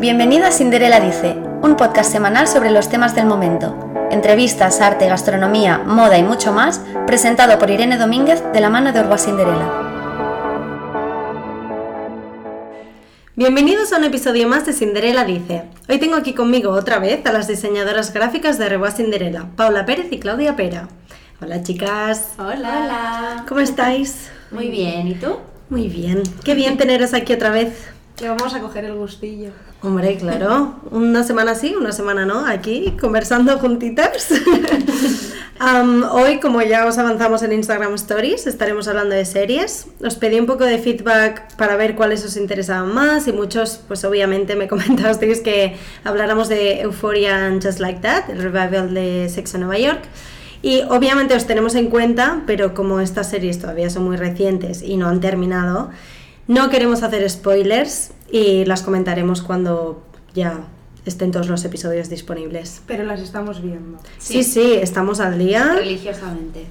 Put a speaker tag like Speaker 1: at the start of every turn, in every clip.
Speaker 1: Bienvenida a Cinderella Dice, un podcast semanal sobre los temas del momento. Entrevistas, arte, gastronomía, moda y mucho más, presentado por Irene Domínguez de la mano de Orba Cinderella.
Speaker 2: Bienvenidos a un episodio más de Cinderella Dice. Hoy tengo aquí conmigo otra vez a las diseñadoras gráficas de Reboa Cinderella, Paula Pérez y Claudia Pera. Hola chicas,
Speaker 3: Hola.
Speaker 2: ¿cómo estáis?
Speaker 3: Muy bien, ¿y tú?
Speaker 2: Muy bien, qué bien teneros aquí otra vez.
Speaker 4: Le vamos a coger el gustillo.
Speaker 2: Hombre, claro, una semana sí, una semana no, aquí conversando juntitas. Am, hoy, como ya os avanzamos en Instagram Stories, estaremos hablando de series. Os pedí un poco de feedback para ver cuáles os interesaban más y muchos, pues obviamente me comentasteis que habláramos de Euphoria and Just Like That, el revival de Sexo en Nueva York. Y obviamente os tenemos en cuenta, pero como estas series todavía son muy recientes y no han terminado, no queremos hacer spoilers y las comentaremos cuando ya estén todos los episodios disponibles.
Speaker 4: Pero las estamos viendo.
Speaker 2: Sí, sí, estamos al día.
Speaker 3: Religiosamente.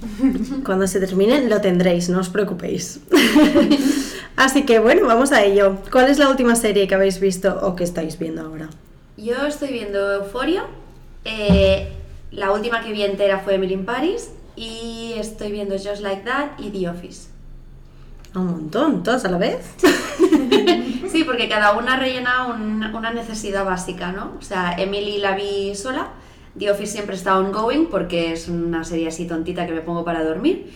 Speaker 2: Cuando se termine lo tendréis, no os preocupéis. Así que bueno, vamos a ello. ¿Cuál es la última serie que habéis visto o que estáis viendo ahora?
Speaker 3: Yo estoy viendo Euforia. eh, la última que vi entera fue Emily in Paris. Y estoy viendo Just Like That y The Office.
Speaker 2: Un montón, todas a la vez.
Speaker 3: Sí, porque cada una rellena un- una necesidad básica, ¿no? O sea, Emily la vi sola. The Office siempre está ongoing porque es una serie así tontita que me pongo para dormir.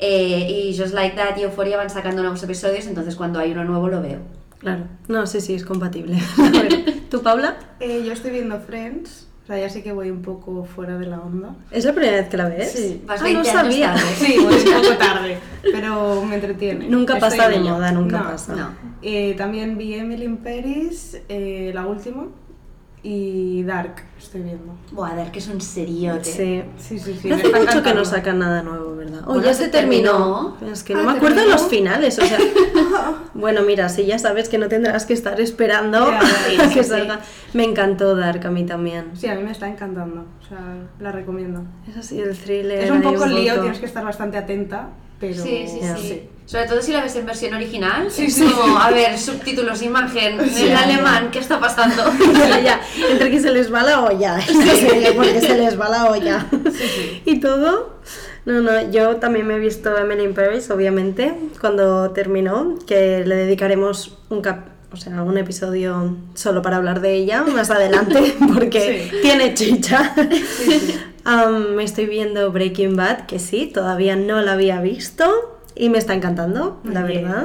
Speaker 3: Eh, y Just Like That y Euphoria van sacando nuevos episodios, entonces cuando hay uno nuevo lo veo.
Speaker 2: Claro. No, sí, sí, es compatible. A ver, ¿Tú, Paula?
Speaker 4: Eh, yo estoy viendo Friends. O sea, ya sé que voy un poco fuera de la onda.
Speaker 2: ¿Es la primera vez que la ves?
Speaker 4: Sí.
Speaker 3: Vas
Speaker 2: Ah, no
Speaker 3: 20 años
Speaker 2: sabía.
Speaker 3: tarde.
Speaker 4: Sí, voy un poco tarde. Pero me entretiene.
Speaker 2: Nunca
Speaker 4: Estoy
Speaker 2: pasa
Speaker 4: en
Speaker 2: de
Speaker 4: ello.
Speaker 2: moda, nunca
Speaker 4: No,
Speaker 2: pasa.
Speaker 3: No.
Speaker 4: Eh, también vi Emily in Paris, eh, la última. Y Dark, estoy viendo.
Speaker 3: Buah, a ver, que es un seriote.
Speaker 2: Sí.
Speaker 4: Sí, sí, sí.
Speaker 2: No
Speaker 4: me
Speaker 2: hace
Speaker 4: está
Speaker 2: mucho que
Speaker 4: encantando.
Speaker 2: no sacan nada nuevo, ¿verdad? O
Speaker 3: Bueno,
Speaker 2: ya
Speaker 3: se
Speaker 2: se terminó.
Speaker 3: terminó.
Speaker 2: Es que no
Speaker 4: Ah,
Speaker 2: me acuerdo de
Speaker 4: terminó.
Speaker 2: los finales, o sea. bueno, mira, si ya sabes que no tendrás que estar esperando
Speaker 4: Ya,
Speaker 3: ya,
Speaker 2: a que
Speaker 3: sí.
Speaker 2: salga. Me encantó Dark a mí también.
Speaker 4: Sí, a mí me está encantando. O sea, la recomiendo.
Speaker 2: Es así el thriller.
Speaker 4: Es un
Speaker 2: ahí
Speaker 4: poco lío, tienes que estar bastante atenta. Pero...
Speaker 3: Sí, sí,
Speaker 2: Ya.
Speaker 3: sí. Sobre todo si la ves en versión original.
Speaker 4: Sí,
Speaker 3: es
Speaker 4: sí.
Speaker 3: como, a ver, subtítulos, imagen, en alemán, ¿qué está pasando?
Speaker 2: Ya, ya, entre que se les va la olla, esta serie, porque se les va la olla. Y todo. No, no, yo también me he visto Emily in Paris, obviamente, cuando terminó, que le dedicaremos un cap, o sea, un episodio solo para hablar de ella más adelante, porque
Speaker 4: Sí.
Speaker 2: tiene chicha.
Speaker 4: sí.
Speaker 2: Am, me estoy viendo Breaking Bad, que sí, todavía no la había visto y me está encantando, la
Speaker 4: bien.
Speaker 2: verdad.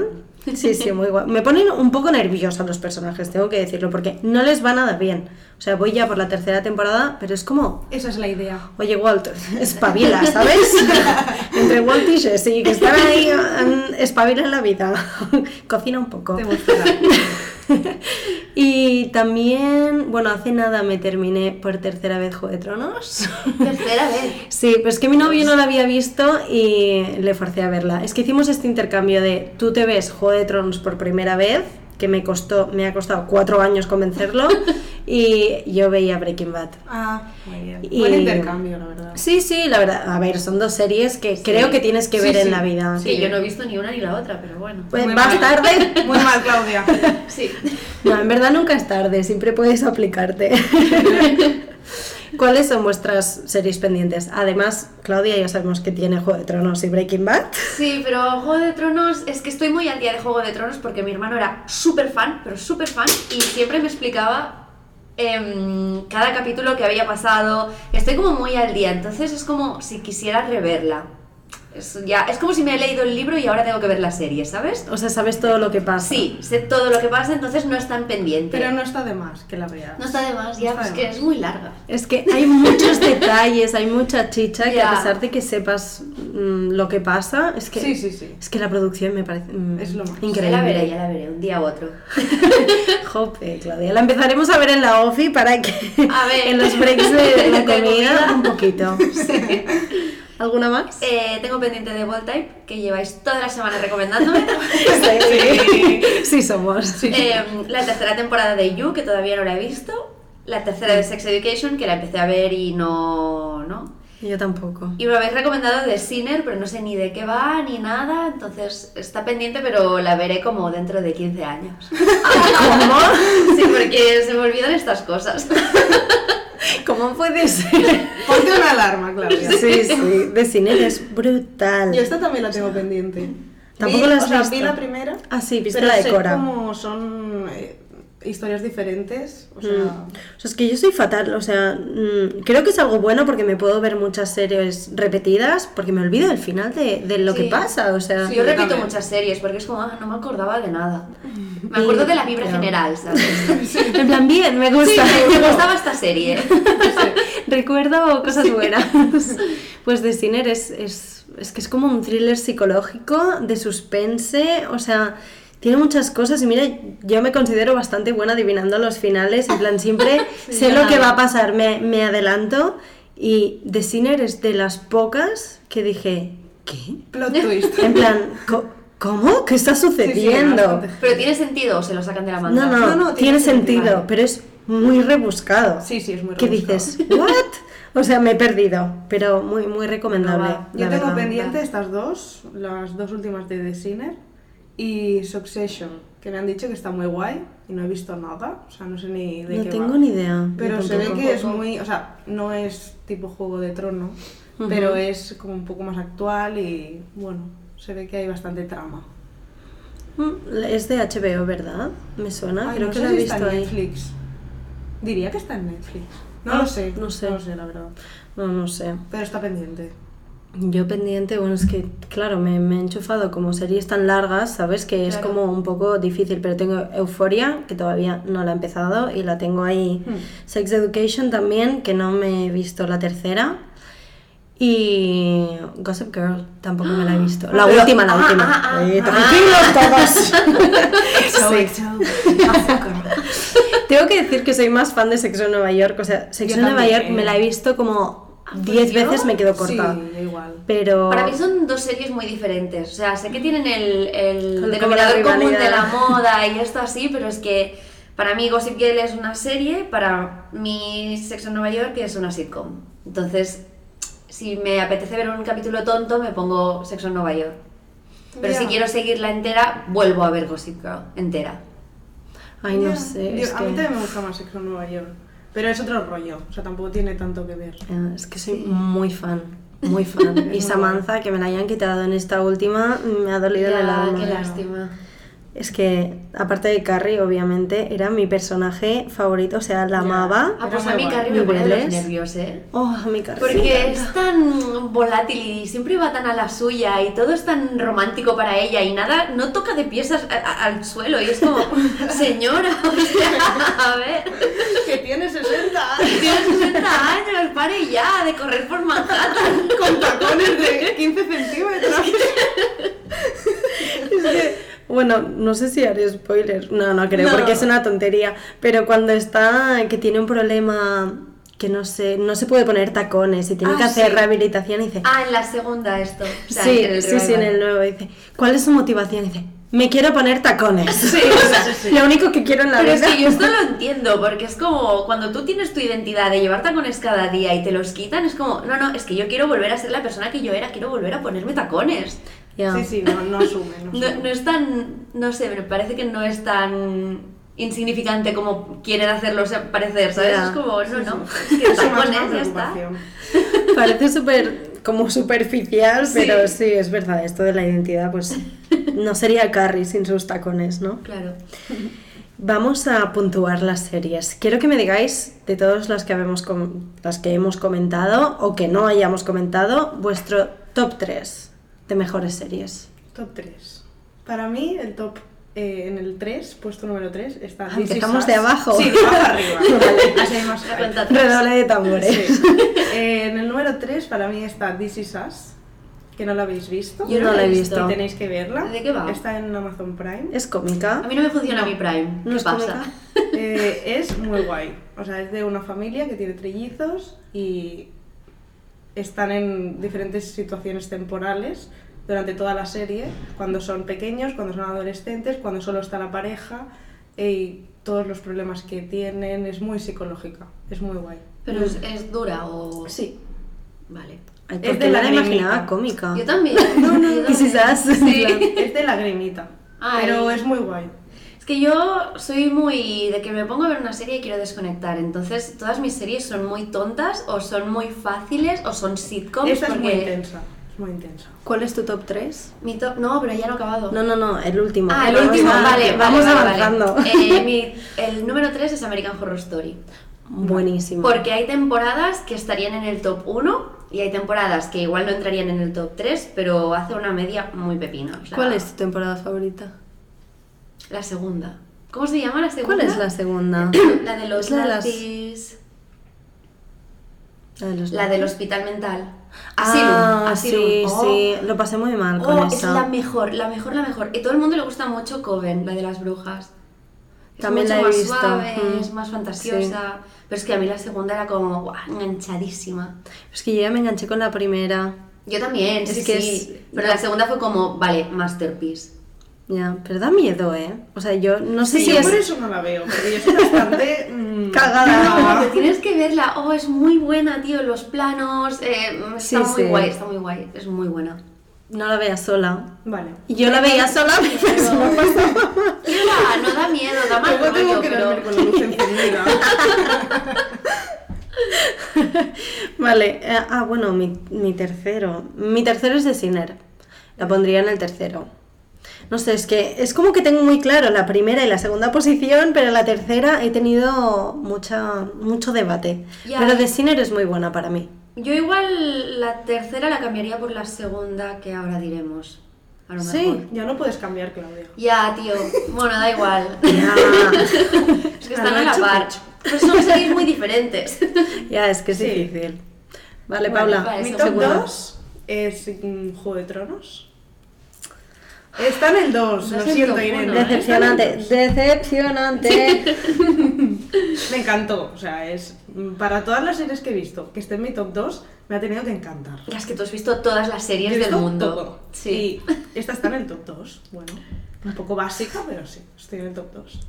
Speaker 2: Sí, sí, muy guay. Me ponen un poco nerviosa los personajes, tengo que decirlo, porque no les va nada bien. O sea, voy ya por la tercera temporada, pero es como,
Speaker 4: Esa es la idea.
Speaker 2: oye, Walt, espabila, ¿sabes? Entre Walt y Jesse, que están ahí, mm, espabila en la vida. Cocina un poco.
Speaker 4: Te gustará.
Speaker 2: Y también, bueno, hace nada me terminé por tercera vez Juego de Tronos.
Speaker 3: Tercera vez.
Speaker 2: Sí, pero es que mi novio no la había visto y le forcé a verla. Es que hicimos este intercambio de tú te ves Juego de Tronos por primera vez, que me costó, me ha costado cuatro años convencerlo, y yo veía Breaking Bad.
Speaker 4: Ah, muy bien.
Speaker 2: Y-
Speaker 4: Buen intercambio, la verdad.
Speaker 2: Sí, sí, la verdad. A ver, son dos series que creo que tienes que
Speaker 4: Sí,
Speaker 2: ver en
Speaker 4: sí.
Speaker 2: la vida.
Speaker 3: Sí, yo no he visto ni una ni la otra, pero bueno.
Speaker 2: Pues
Speaker 4: Muy
Speaker 2: vas
Speaker 4: mal.
Speaker 2: tarde.
Speaker 4: Muy mal, Claudia.
Speaker 3: Sí.
Speaker 2: No, en verdad nunca es tarde, siempre puedes aplicarte. ¿Cuáles son vuestras series pendientes? Además, Claudia ya sabemos que tiene Juego de Tronos y Breaking Bad.
Speaker 3: Sí, pero Juego de Tronos, es que estoy muy al día de Juego de Tronos porque mi hermano era súper fan, pero súper fan, y siempre me explicaba em, cada capítulo que había pasado. Estoy como muy al día, entonces es como si quisiera reverla. Es, ya, es como si me he leído el libro y ahora tengo que ver la serie, ¿sabes?
Speaker 2: O sea, sabes todo lo que pasa.
Speaker 3: Sí, sé todo lo que pasa, entonces no es tan pendiente.
Speaker 4: Pero no está de más que la veas.
Speaker 3: No está de más, ya,
Speaker 4: No
Speaker 3: pues
Speaker 4: está de
Speaker 3: que
Speaker 4: más.
Speaker 3: es muy larga.
Speaker 2: Es que hay muchos detalles, hay mucha chicha que a
Speaker 3: Ya.
Speaker 2: pesar de que sepas mm, lo que pasa, es que,
Speaker 4: Sí, sí, sí.
Speaker 2: Es que la producción me parece mm,
Speaker 4: Es lo más.
Speaker 3: Ya la veré,
Speaker 2: increíble.
Speaker 3: ya la veré, un día u otro.
Speaker 2: Jope, Claudia, la empezaremos a ver en la OFI para que
Speaker 3: A ver.
Speaker 2: en los breaks de la
Speaker 3: De comida.
Speaker 2: comida un poquito. ¿Alguna más?
Speaker 3: Eh, tengo pendiente de Ball Type, que lleváis toda la semana recomendándome.
Speaker 2: Sí, sí somos.
Speaker 3: Em, la tercera temporada de You, que todavía no la he visto. La tercera de Sex Education, que la empecé a ver y no. no.
Speaker 2: Yo tampoco.
Speaker 3: Y me habéis recomendado The Sinner, pero no sé ni de qué va ni nada, entonces está pendiente, pero la veré como dentro de 15 años. ¿Cómo? Sí, porque se me olvidan estas cosas.
Speaker 2: ¿Cómo puede ser?
Speaker 4: Ponte una alarma, Claudia.
Speaker 2: Sí, sí. De cine es brutal.
Speaker 4: Yo esta también la tengo pendiente.
Speaker 2: Tampoco
Speaker 4: Vi-
Speaker 2: la has
Speaker 4: o sea, vi
Speaker 2: visto.
Speaker 4: la primera.
Speaker 2: Ah, sí, viste
Speaker 4: pero
Speaker 2: la de
Speaker 4: sé
Speaker 2: Cora.
Speaker 4: cómo son eh, historias diferentes. O sea,
Speaker 2: Mm. O sea, es que yo soy fatal, o sea, mm, creo que es algo bueno porque me puedo ver muchas series repetidas porque me olvido del final de, de lo que
Speaker 3: Sí.
Speaker 2: pasa, o sea...
Speaker 3: Sí, yo repito
Speaker 4: también.
Speaker 3: muchas series porque es como, ah, no me acordaba de nada. Me acuerdo de la vibra
Speaker 2: Ya.
Speaker 3: general, ¿sabes?
Speaker 2: En plan, bien, me
Speaker 3: Sí,
Speaker 2: gusta.
Speaker 3: me gustaba esta serie.
Speaker 2: Recuerdo cosas buenas. Pues The Sinner es, es, es que es como un thriller psicológico, de suspense, o sea, tiene muchas cosas y mira, yo me considero bastante buena adivinando los finales, en plan, siempre sé
Speaker 3: yo
Speaker 2: lo que
Speaker 3: también.
Speaker 2: va a pasar, me, me adelanto y The Sinner es de las pocas que dije, ¿qué?
Speaker 4: plot twist.
Speaker 2: En plan, "Co- ¿cómo? ¿Qué está sucediendo?
Speaker 4: bastante.
Speaker 3: Pero tiene sentido o se lo sacan de la manga.
Speaker 2: no, no,
Speaker 4: No, no,
Speaker 2: tiene
Speaker 4: tiene
Speaker 2: sentido,
Speaker 4: sentido.
Speaker 2: pero es muy rebuscado.
Speaker 4: Sí, sí, es muy
Speaker 2: ¿Qué
Speaker 4: rebuscado.
Speaker 2: dices? ¿What? O sea, me he perdido, pero muy, muy recomendable.
Speaker 3: No va.
Speaker 2: la
Speaker 4: Yo tengo
Speaker 2: verdad.
Speaker 4: pendiente
Speaker 3: vale.
Speaker 4: estas dos, las dos últimas de The Sinner y Succession, que me han dicho que está muy guay y no he visto nada, o sea, no sé ni de
Speaker 2: No
Speaker 4: qué
Speaker 2: tengo
Speaker 4: va.
Speaker 2: ni idea.
Speaker 4: Pero
Speaker 2: yo
Speaker 4: se ve
Speaker 2: tampoco.
Speaker 4: que es muy, o sea, no es tipo Juego de Trono, pero es como un poco más actual y bueno, se ve que hay bastante trama.
Speaker 2: Mm, Es de HBO, ¿verdad? Me suena,
Speaker 4: Ay,
Speaker 2: creo
Speaker 4: no
Speaker 2: que
Speaker 4: sé
Speaker 2: lo
Speaker 4: si
Speaker 2: he
Speaker 4: está
Speaker 2: visto
Speaker 4: en
Speaker 2: ahí.
Speaker 4: Netflix. Diría que está en Netflix. No
Speaker 2: Ah,
Speaker 4: lo sé,
Speaker 2: no sé.
Speaker 4: no lo sé la verdad,
Speaker 2: No, no sé.
Speaker 4: pero está pendiente.
Speaker 2: Yo pendiente, bueno, es que, claro, me, me he enchufado como series tan largas, ¿sabes? Que es
Speaker 3: Claro.
Speaker 2: como un poco difícil, pero tengo Euforia, que todavía no la he empezado, y la tengo ahí.
Speaker 4: Hmm.
Speaker 2: Sex Education también, que no me he visto la tercera. Y Gossip Girl, tampoco me la he visto. La
Speaker 3: Pero-
Speaker 2: última, la
Speaker 3: ah,
Speaker 2: última.
Speaker 3: ah, ah,
Speaker 2: Eh,
Speaker 3: ah.
Speaker 2: tranquilos todos.
Speaker 4: Sí.
Speaker 2: tengo que decir que soy más fan de Sexo en Nueva York. O sea, Sexo en
Speaker 4: Yo
Speaker 2: Nueva
Speaker 4: también.
Speaker 2: York me la he visto como
Speaker 3: pues
Speaker 2: 10
Speaker 3: yo-
Speaker 2: veces, me quedo corta.
Speaker 4: Sí, igual.
Speaker 2: Pero...
Speaker 3: Para mí son dos series muy diferentes. O sea, sé que tienen el, el
Speaker 2: Como la
Speaker 3: denominador común de la
Speaker 2: rivalidad.
Speaker 3: moda y esto así, pero es que para mí Gossip Girl es una serie, para mi Sexo en Nueva York es una sitcom. Entonces, si me apetece ver un capítulo tonto, me pongo Sexo en Nueva York. Pero
Speaker 4: Ya.
Speaker 3: si quiero seguirla entera, vuelvo a ver Gossip Girl entera.
Speaker 2: Ay, no
Speaker 4: Ya.
Speaker 2: sé.
Speaker 4: Yo-
Speaker 2: es
Speaker 4: a
Speaker 2: que-
Speaker 4: mí también me gusta más Sexo en Nueva York. Pero es otro rollo, o sea, tampoco tiene tanto que ver.
Speaker 2: Ah, Es que soy muy fan, muy fan. y Samantha, que me la hayan quitado en esta última, me ha dolido en el
Speaker 3: Ya,
Speaker 2: alma.
Speaker 3: qué lástima.
Speaker 2: Es que, aparte de Carrie, obviamente, era mi personaje favorito, o sea, la amaba.
Speaker 3: Ah,
Speaker 4: Pero
Speaker 3: pues a
Speaker 4: muy
Speaker 3: mí
Speaker 4: guay.
Speaker 3: Carrie me pone de los
Speaker 2: Niveles.
Speaker 3: nervios, ¿eh?
Speaker 2: Oh, mi Carrie.
Speaker 3: Porque es tan volátil y siempre va tan a la suya y todo es tan romántico para ella y nada, no toca de piezas a- a- al suelo y es como, señora, o sea, a ver,
Speaker 4: que tiene 60
Speaker 3: tiene 60 años, pare ya de correr por Manhattan.
Speaker 4: con tacones de 15 centímetros.
Speaker 2: Bueno, no sé si haré spoiler. No, no creo,
Speaker 4: No.
Speaker 2: porque es una tontería. Pero cuando está, que tiene un problema que no sé, no se puede poner tacones y tiene
Speaker 4: Ah,
Speaker 2: que hacer
Speaker 4: sí.
Speaker 2: rehabilitación y dice,
Speaker 3: Ah, en la segunda esto. o sea,
Speaker 2: sí,
Speaker 3: en el
Speaker 2: sí, sí, en
Speaker 3: revival.
Speaker 2: el nuevo. Dice, ¿cuál es su motivación? Dice, me quiero poner tacones.
Speaker 3: Sí, o sea,
Speaker 2: Lo único que quiero en la
Speaker 3: Pero es
Speaker 2: vida.
Speaker 3: que yo esto lo entiendo, porque es como cuando tú tienes tu identidad de llevar tacones cada día y te los quitan, es como, no, no, es que yo quiero volver a ser la persona que yo era, quiero volver a ponerme tacones.
Speaker 2: Ya.
Speaker 4: Sí, sí, no, no asume. No,
Speaker 3: No,
Speaker 4: asume.
Speaker 3: no es tan, no sé, me parece que no es tan insignificante como quieren hacerlo se- parecer, ¿sabes?
Speaker 2: Ya.
Speaker 3: Es como, no, no, es que
Speaker 4: Eso más una
Speaker 3: tacones, ya está.
Speaker 4: preocupación.
Speaker 2: Parece súper como superficial,
Speaker 3: Sí.
Speaker 2: pero sí, es verdad, esto de la identidad, pues no sería Carrie sin sus tacones, ¿no?
Speaker 3: Claro.
Speaker 2: Vamos a puntuar las series. Quiero que me digáis, de todas las que, habemos com- las que hemos comentado o que no hayamos comentado, vuestro top 3 de mejores series.
Speaker 4: Top 3. Para mí, el top eh, en el 3, puesto número 3, está.
Speaker 2: Ah,
Speaker 4: This Is
Speaker 2: empezamos
Speaker 4: Us.
Speaker 2: de abajo.
Speaker 4: Sí, de abajo arriba.
Speaker 2: Vale.
Speaker 4: Así hay más
Speaker 3: La
Speaker 4: hype.
Speaker 3: cuenta atrás.
Speaker 2: Redoble de tambores.
Speaker 4: Sí. Eh, en el número 3 para mí está This Is Us, que no la habéis visto.
Speaker 3: Yo no la he
Speaker 2: visto.
Speaker 4: Y tenéis que verla.
Speaker 3: ¿De qué va?
Speaker 4: Está en Amazon Prime.
Speaker 2: Es cómica.
Speaker 3: A mí no me funciona mi Prime,
Speaker 2: ¿No
Speaker 3: ¿qué
Speaker 2: es
Speaker 3: pasa?
Speaker 2: cómica?
Speaker 4: Eh, es muy guay. O sea, es de una familia que tiene trillizos y están en diferentes situaciones temporales durante toda la serie, cuando son pequeños, cuando son adolescentes, cuando solo está la pareja y todos los problemas que tienen. Es muy psicológica, es muy guay.
Speaker 3: Pero es, es dura o...
Speaker 4: Sí.
Speaker 2: Vale.
Speaker 4: Es
Speaker 2: es
Speaker 4: de
Speaker 2: de la,
Speaker 4: la
Speaker 2: imaginaba
Speaker 4: grimita.
Speaker 2: cómica.
Speaker 3: Yo también. No,
Speaker 2: Y si das, en plan-
Speaker 4: Es de lagrimita.
Speaker 3: Ay.
Speaker 4: Pero es muy guay.
Speaker 3: Es que yo soy muy de que me pongo a ver una serie y quiero desconectar. Entonces, todas mis series son muy tontas o son muy fáciles o son sitcoms.
Speaker 4: Esta es
Speaker 3: porque
Speaker 4: muy intensa. Es muy intensa.
Speaker 2: ¿Cuál es tu top 3?
Speaker 3: mi top- No, pero ya no he acabado.
Speaker 2: No, no, no, el último.
Speaker 3: Ah, el
Speaker 2: Vamos
Speaker 3: último,
Speaker 2: a-
Speaker 3: vale, vale,
Speaker 2: Vamos
Speaker 3: vale, vale.
Speaker 2: avanzando.
Speaker 3: Eh, mi- el número 3 es American Horror Story.
Speaker 2: Buenísimo.
Speaker 3: Porque hay temporadas que estarían en el top 1 y hay temporadas que igual no entrarían en el top 3, pero hace una media muy pepina. o sea,
Speaker 2: ¿Cuál es tu temporada favorita?
Speaker 3: La segunda. ¿Cómo se llama la segunda?
Speaker 2: ¿Cuál es la segunda?
Speaker 3: La de los
Speaker 2: Es la de las-
Speaker 3: nazis,
Speaker 2: La de los.
Speaker 3: La del hospital mental. Asylum.
Speaker 2: Ah,
Speaker 3: Asylum.
Speaker 2: sí,
Speaker 3: Oh.
Speaker 2: sí. Lo pasé muy mal con
Speaker 3: Oh, es
Speaker 2: esa.
Speaker 3: la mejor, la mejor, la mejor. Y todo el mundo le gusta mucho Coven, la de las brujas. Es
Speaker 2: También
Speaker 3: mucho
Speaker 2: la he
Speaker 3: más
Speaker 2: visto,
Speaker 3: suave,
Speaker 2: mm.
Speaker 3: es más fantasiosa. Pero es que a mí la segunda era como guau, enganchadísima.
Speaker 2: Es que yo ya me enganché con la primera.
Speaker 3: Yo también,
Speaker 2: Es
Speaker 3: sí,
Speaker 2: que
Speaker 3: sí.
Speaker 2: es-
Speaker 3: Pero la segunda fue como, vale, masterpiece.
Speaker 2: Ya, pero da miedo, ¿eh? O sea, yo no sé
Speaker 4: Sí,
Speaker 2: si
Speaker 4: yo
Speaker 2: es.
Speaker 4: por eso no la veo, porque yo soy bastante... mm,
Speaker 2: Cagada.
Speaker 3: No, que tienes que verla. Oh, es muy buena, tío. Los planos. eh, está
Speaker 2: Sí,
Speaker 3: muy
Speaker 2: sí.
Speaker 3: guay, está muy guay. Es muy buena.
Speaker 2: No la veía sola.
Speaker 4: Vale.
Speaker 2: Y Yo la veía sola, pero no pasaba.
Speaker 3: Mira, no da miedo, da mal
Speaker 4: Luego tengo
Speaker 3: rollo,
Speaker 4: que
Speaker 3: pero...
Speaker 4: dormir con la luz encendida.
Speaker 2: Vale, eh, ah, bueno, mi, mi tercero. Mi tercero es de Sinner. La pondría en el tercero. No sé, es que es como que tengo muy claro la primera y la segunda posición, pero la tercera he tenido mucha, mucho debate.
Speaker 3: Ya.
Speaker 2: Pero de Sinner es muy buena para mí.
Speaker 3: Yo igual la tercera la cambiaría por la segunda que ahora diremos. A lo mejor.
Speaker 2: Sí.
Speaker 4: Ya no puedes cambiar, Claudia.
Speaker 3: Ya, tío. Bueno, da igual.
Speaker 2: Ya,
Speaker 3: Es que están
Speaker 2: Ah,
Speaker 3: a la
Speaker 2: chup,
Speaker 3: par. Pero son series muy diferentes.
Speaker 2: ya es que es
Speaker 4: Sí.
Speaker 2: difícil. Vale,
Speaker 4: Bueno,
Speaker 2: Paula.
Speaker 3: vale,
Speaker 4: Mi
Speaker 3: eso
Speaker 4: top
Speaker 2: segunda.
Speaker 4: 2 es mm, Juego de Tronos. Está en el 2,
Speaker 3: No
Speaker 4: lo
Speaker 3: es el
Speaker 4: siento,
Speaker 3: top
Speaker 4: Irene.
Speaker 3: uno, ¿eh?
Speaker 2: Decepcionante, decepcionante.
Speaker 4: Me encantó, o sea, es mm, para todas las series que he visto, que esté en mi top 2, me ha tenido que encantar.
Speaker 3: Ya, Es que tú has visto todas las
Speaker 4: Yo
Speaker 3: series
Speaker 4: he
Speaker 3: del
Speaker 4: visto
Speaker 3: mundo.
Speaker 4: todo.
Speaker 3: Sí.
Speaker 4: Y esta está en el top 2, bueno, un poco básica, pero sí, estoy en el top 2.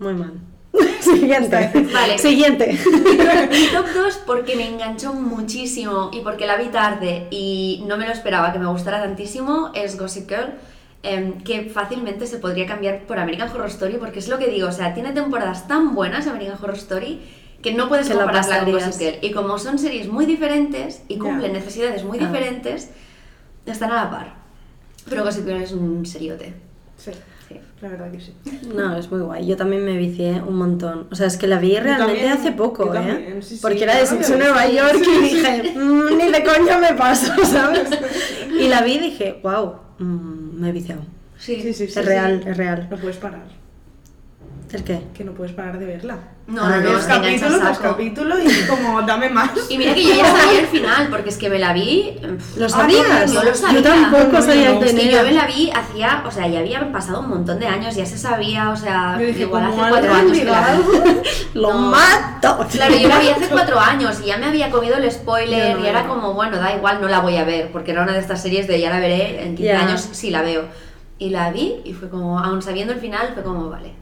Speaker 2: Muy mal. Siguiente.
Speaker 3: Vale.
Speaker 2: Siguiente.
Speaker 3: Mi top 2 porque me enganchó muchísimo y porque la vi tarde y no me lo esperaba que me gustara tantísimo es Gossip Girl, em, que fácilmente se podría cambiar por American Horror Story porque es lo que digo, o sea, tiene temporadas tan buenas American Horror Story que no puedes
Speaker 2: Que la
Speaker 3: compararla con
Speaker 2: pasarías.
Speaker 3: Gossip Girl. Y como son series muy diferentes y
Speaker 4: Ya.
Speaker 3: cumplen necesidades muy
Speaker 2: Ah.
Speaker 3: diferentes, están a la par. Pero Gossip Girl es un seriote.
Speaker 4: Sí,
Speaker 3: Sí.
Speaker 4: la verdad que sí.
Speaker 2: No, es muy guay. Yo también me vicié un montón. O sea, es que la vi realmente
Speaker 4: también,
Speaker 2: hace poco,
Speaker 4: yo
Speaker 2: ¿eh?
Speaker 4: también, sí, sí,
Speaker 2: Porque era de
Speaker 4: yo también.
Speaker 2: Sexo Nueva York y dije, "Mm, ni de coño me paso, ¿sabes? Y la vi y dije, wow, me he viciado.
Speaker 3: Sí.
Speaker 4: Sí, sí, sí.
Speaker 2: es real, es real.
Speaker 4: No puedes parar,
Speaker 2: ¿El qué?
Speaker 4: que no puedes parar de verla.
Speaker 3: No, no,
Speaker 2: Ah,
Speaker 3: no,
Speaker 2: ya.
Speaker 4: Ves
Speaker 3: es que engancha
Speaker 4: capítulo tras
Speaker 3: saco.
Speaker 4: capítulo y como, dame más.
Speaker 3: Y mira que yo ya sabía el final, porque es que me la vi. pff,
Speaker 2: ¿Lo
Speaker 3: ah,
Speaker 2: sabías?
Speaker 3: Yo lo sabía.
Speaker 2: Yo tampoco
Speaker 4: No,
Speaker 2: sabía
Speaker 4: no,
Speaker 2: que
Speaker 3: Es que
Speaker 2: tenía.
Speaker 3: yo me la vi hacía, o sea, ya había pasado un montón de años, ya se sabía, o sea,
Speaker 4: Yo dije,
Speaker 3: igual hace
Speaker 4: como
Speaker 3: cuatro
Speaker 4: alguien
Speaker 3: años que la vi.
Speaker 4: diga algo.
Speaker 2: ¡Lo
Speaker 3: No.
Speaker 2: mato!
Speaker 3: Claro, yo la vi hace cuatro años y ya me había comido el spoiler
Speaker 4: Yo no,
Speaker 3: y era
Speaker 4: yo no.
Speaker 3: como, bueno, da igual, no la voy a ver, porque era una de estas series de ya la veré en 15
Speaker 2: Ya.
Speaker 3: años si la veo. Y la vi y fue como, aún sabiendo el final, fue como, vale.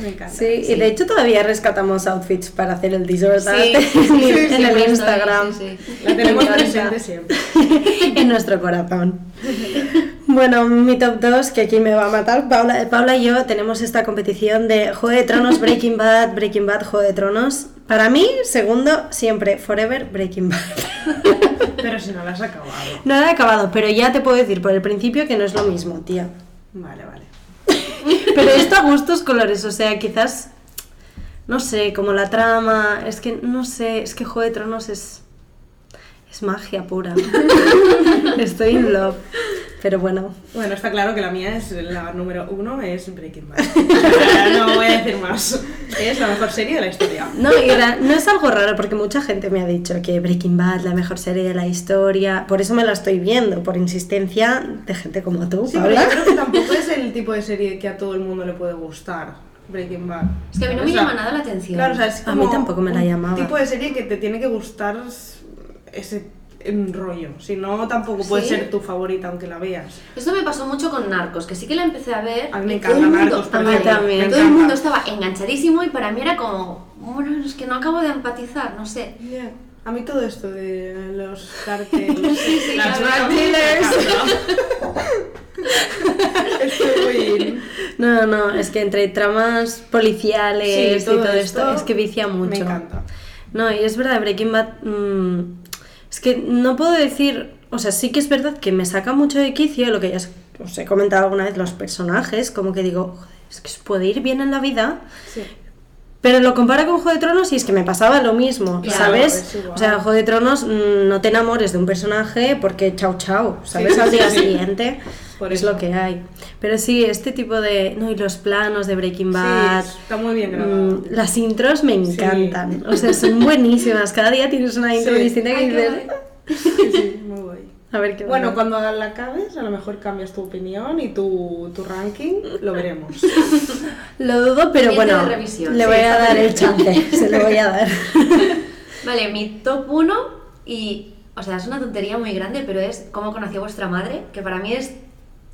Speaker 4: Me encanta.
Speaker 2: Sí, y de hecho todavía rescatamos outfits para hacer el
Speaker 3: Sí,
Speaker 2: dessert art
Speaker 3: sí, sí,
Speaker 2: en,
Speaker 3: sí, sí,
Speaker 2: el
Speaker 3: por eso,
Speaker 2: Instagram.
Speaker 3: sí, sí.
Speaker 4: La tenemos
Speaker 2: Me encanta.
Speaker 4: presente siempre.
Speaker 2: en nuestro corazón. Bueno, mi top 2, que aquí me va a matar. Paula, Paula y yo tenemos esta competición de Juego de Tronos, Breaking Bad, Breaking Bad, Juego de Tronos. Para mí, segundo, siempre, forever, Breaking Bad.
Speaker 4: Pero si no la has acabado.
Speaker 2: No he acabado, pero ya te puedo decir por el principio que no es lo mismo, tía.
Speaker 4: Vale, vale.
Speaker 2: Pero esto a gustos colores, o sea, quizás, no sé, como la trama, es que, no sé, es que Juego de Tronos es, es magia pura. Estoy in love, pero bueno.
Speaker 4: Bueno, está claro que la mía es la número uno, es Breaking Bad. O sea, no voy a decir más. Es la mejor serie de la historia.
Speaker 2: No, y ahora, no es algo raro porque mucha gente me ha dicho que Breaking Bad, la mejor serie de la historia, por eso me la estoy viendo, por insistencia de gente como tú,
Speaker 4: Sí, pero
Speaker 2: Paula.
Speaker 4: yo creo que tampoco es el tipo de serie que a todo el mundo le puede gustar. Breaking Bad.
Speaker 3: Es que a mí no me
Speaker 4: O sea,
Speaker 3: llama nada la atención.
Speaker 4: Claro, o sea, es
Speaker 2: A mí
Speaker 4: como
Speaker 2: tampoco me la
Speaker 4: un
Speaker 2: llamaba.
Speaker 4: tipo de serie que te tiene que gustar ese em, rollo. Si no, tampoco puede
Speaker 3: ¿Sí?
Speaker 4: ser tu favorita aunque la veas.
Speaker 3: Esto me pasó mucho con Narcos, que sí que la empecé a ver.
Speaker 4: A mí me
Speaker 3: y
Speaker 4: encanta
Speaker 3: todo el mundo-
Speaker 4: Narcos, por
Speaker 2: A mí
Speaker 3: vale,
Speaker 2: también. me
Speaker 3: Todo el
Speaker 4: encanta.
Speaker 3: mundo estaba enganchadísimo y para mí era como, bueno, es que no acabo de empatizar, no sé.
Speaker 4: A mí todo esto de los carteles,
Speaker 3: sí,
Speaker 4: las
Speaker 3: la verdad,
Speaker 4: drug dealers. Estoy muy in.
Speaker 2: No, no, es que entre tramas policiales
Speaker 4: Sí, todo
Speaker 2: y todo esto,
Speaker 4: esto
Speaker 2: es que vicia mucho.
Speaker 4: Me encanta.
Speaker 2: No, y es verdad, Breaking Bad. mm, es que no puedo decir. O sea, sí que es verdad que me saca mucho de quicio lo que ya os- os he comentado alguna vez, los personajes. Como que digo, "Joder, es que os puede ir bien en la vida.
Speaker 4: Sí.
Speaker 2: Pero lo compara con Juego de Tronos y es que me pasaba lo mismo,
Speaker 3: Claro,
Speaker 2: ¿sabes?
Speaker 4: es pues igual.
Speaker 2: O sea, Juego de Tronos mm, no te enamores de un personaje porque chau chau, ¿sabes?
Speaker 4: Sí,
Speaker 2: Al
Speaker 4: sí,
Speaker 2: día
Speaker 4: sí.
Speaker 2: siguiente
Speaker 4: Por
Speaker 2: es
Speaker 4: eso.
Speaker 2: lo que hay. Pero sí, este tipo de... No, y los planos de Breaking Bad...
Speaker 4: Sí, está muy bien grabado.
Speaker 2: mm, las intros me
Speaker 4: Sí.
Speaker 2: encantan, o sea, son buenísimas. Cada día tienes una intro
Speaker 4: Sí.
Speaker 2: distinta que
Speaker 3: Ay, qué
Speaker 2: dices...
Speaker 3: guay.
Speaker 4: Sí, sí, muy guay.
Speaker 2: A ver qué
Speaker 4: Bueno,
Speaker 2: bueno.
Speaker 4: cuando la acabes, a lo mejor cambias tu opinión y tu, tu ranking, lo veremos.
Speaker 2: Lo dudo, pero
Speaker 3: Pendiente
Speaker 2: bueno,
Speaker 3: de revisión,
Speaker 2: le
Speaker 3: sí,
Speaker 2: voy a
Speaker 3: está
Speaker 2: dar el
Speaker 3: pendiente.
Speaker 2: chance, se lo voy a dar.
Speaker 3: Vale, mi top 1 y, o sea, es una tontería muy grande, pero es Cómo conocí a vuestra madre, que para mí es,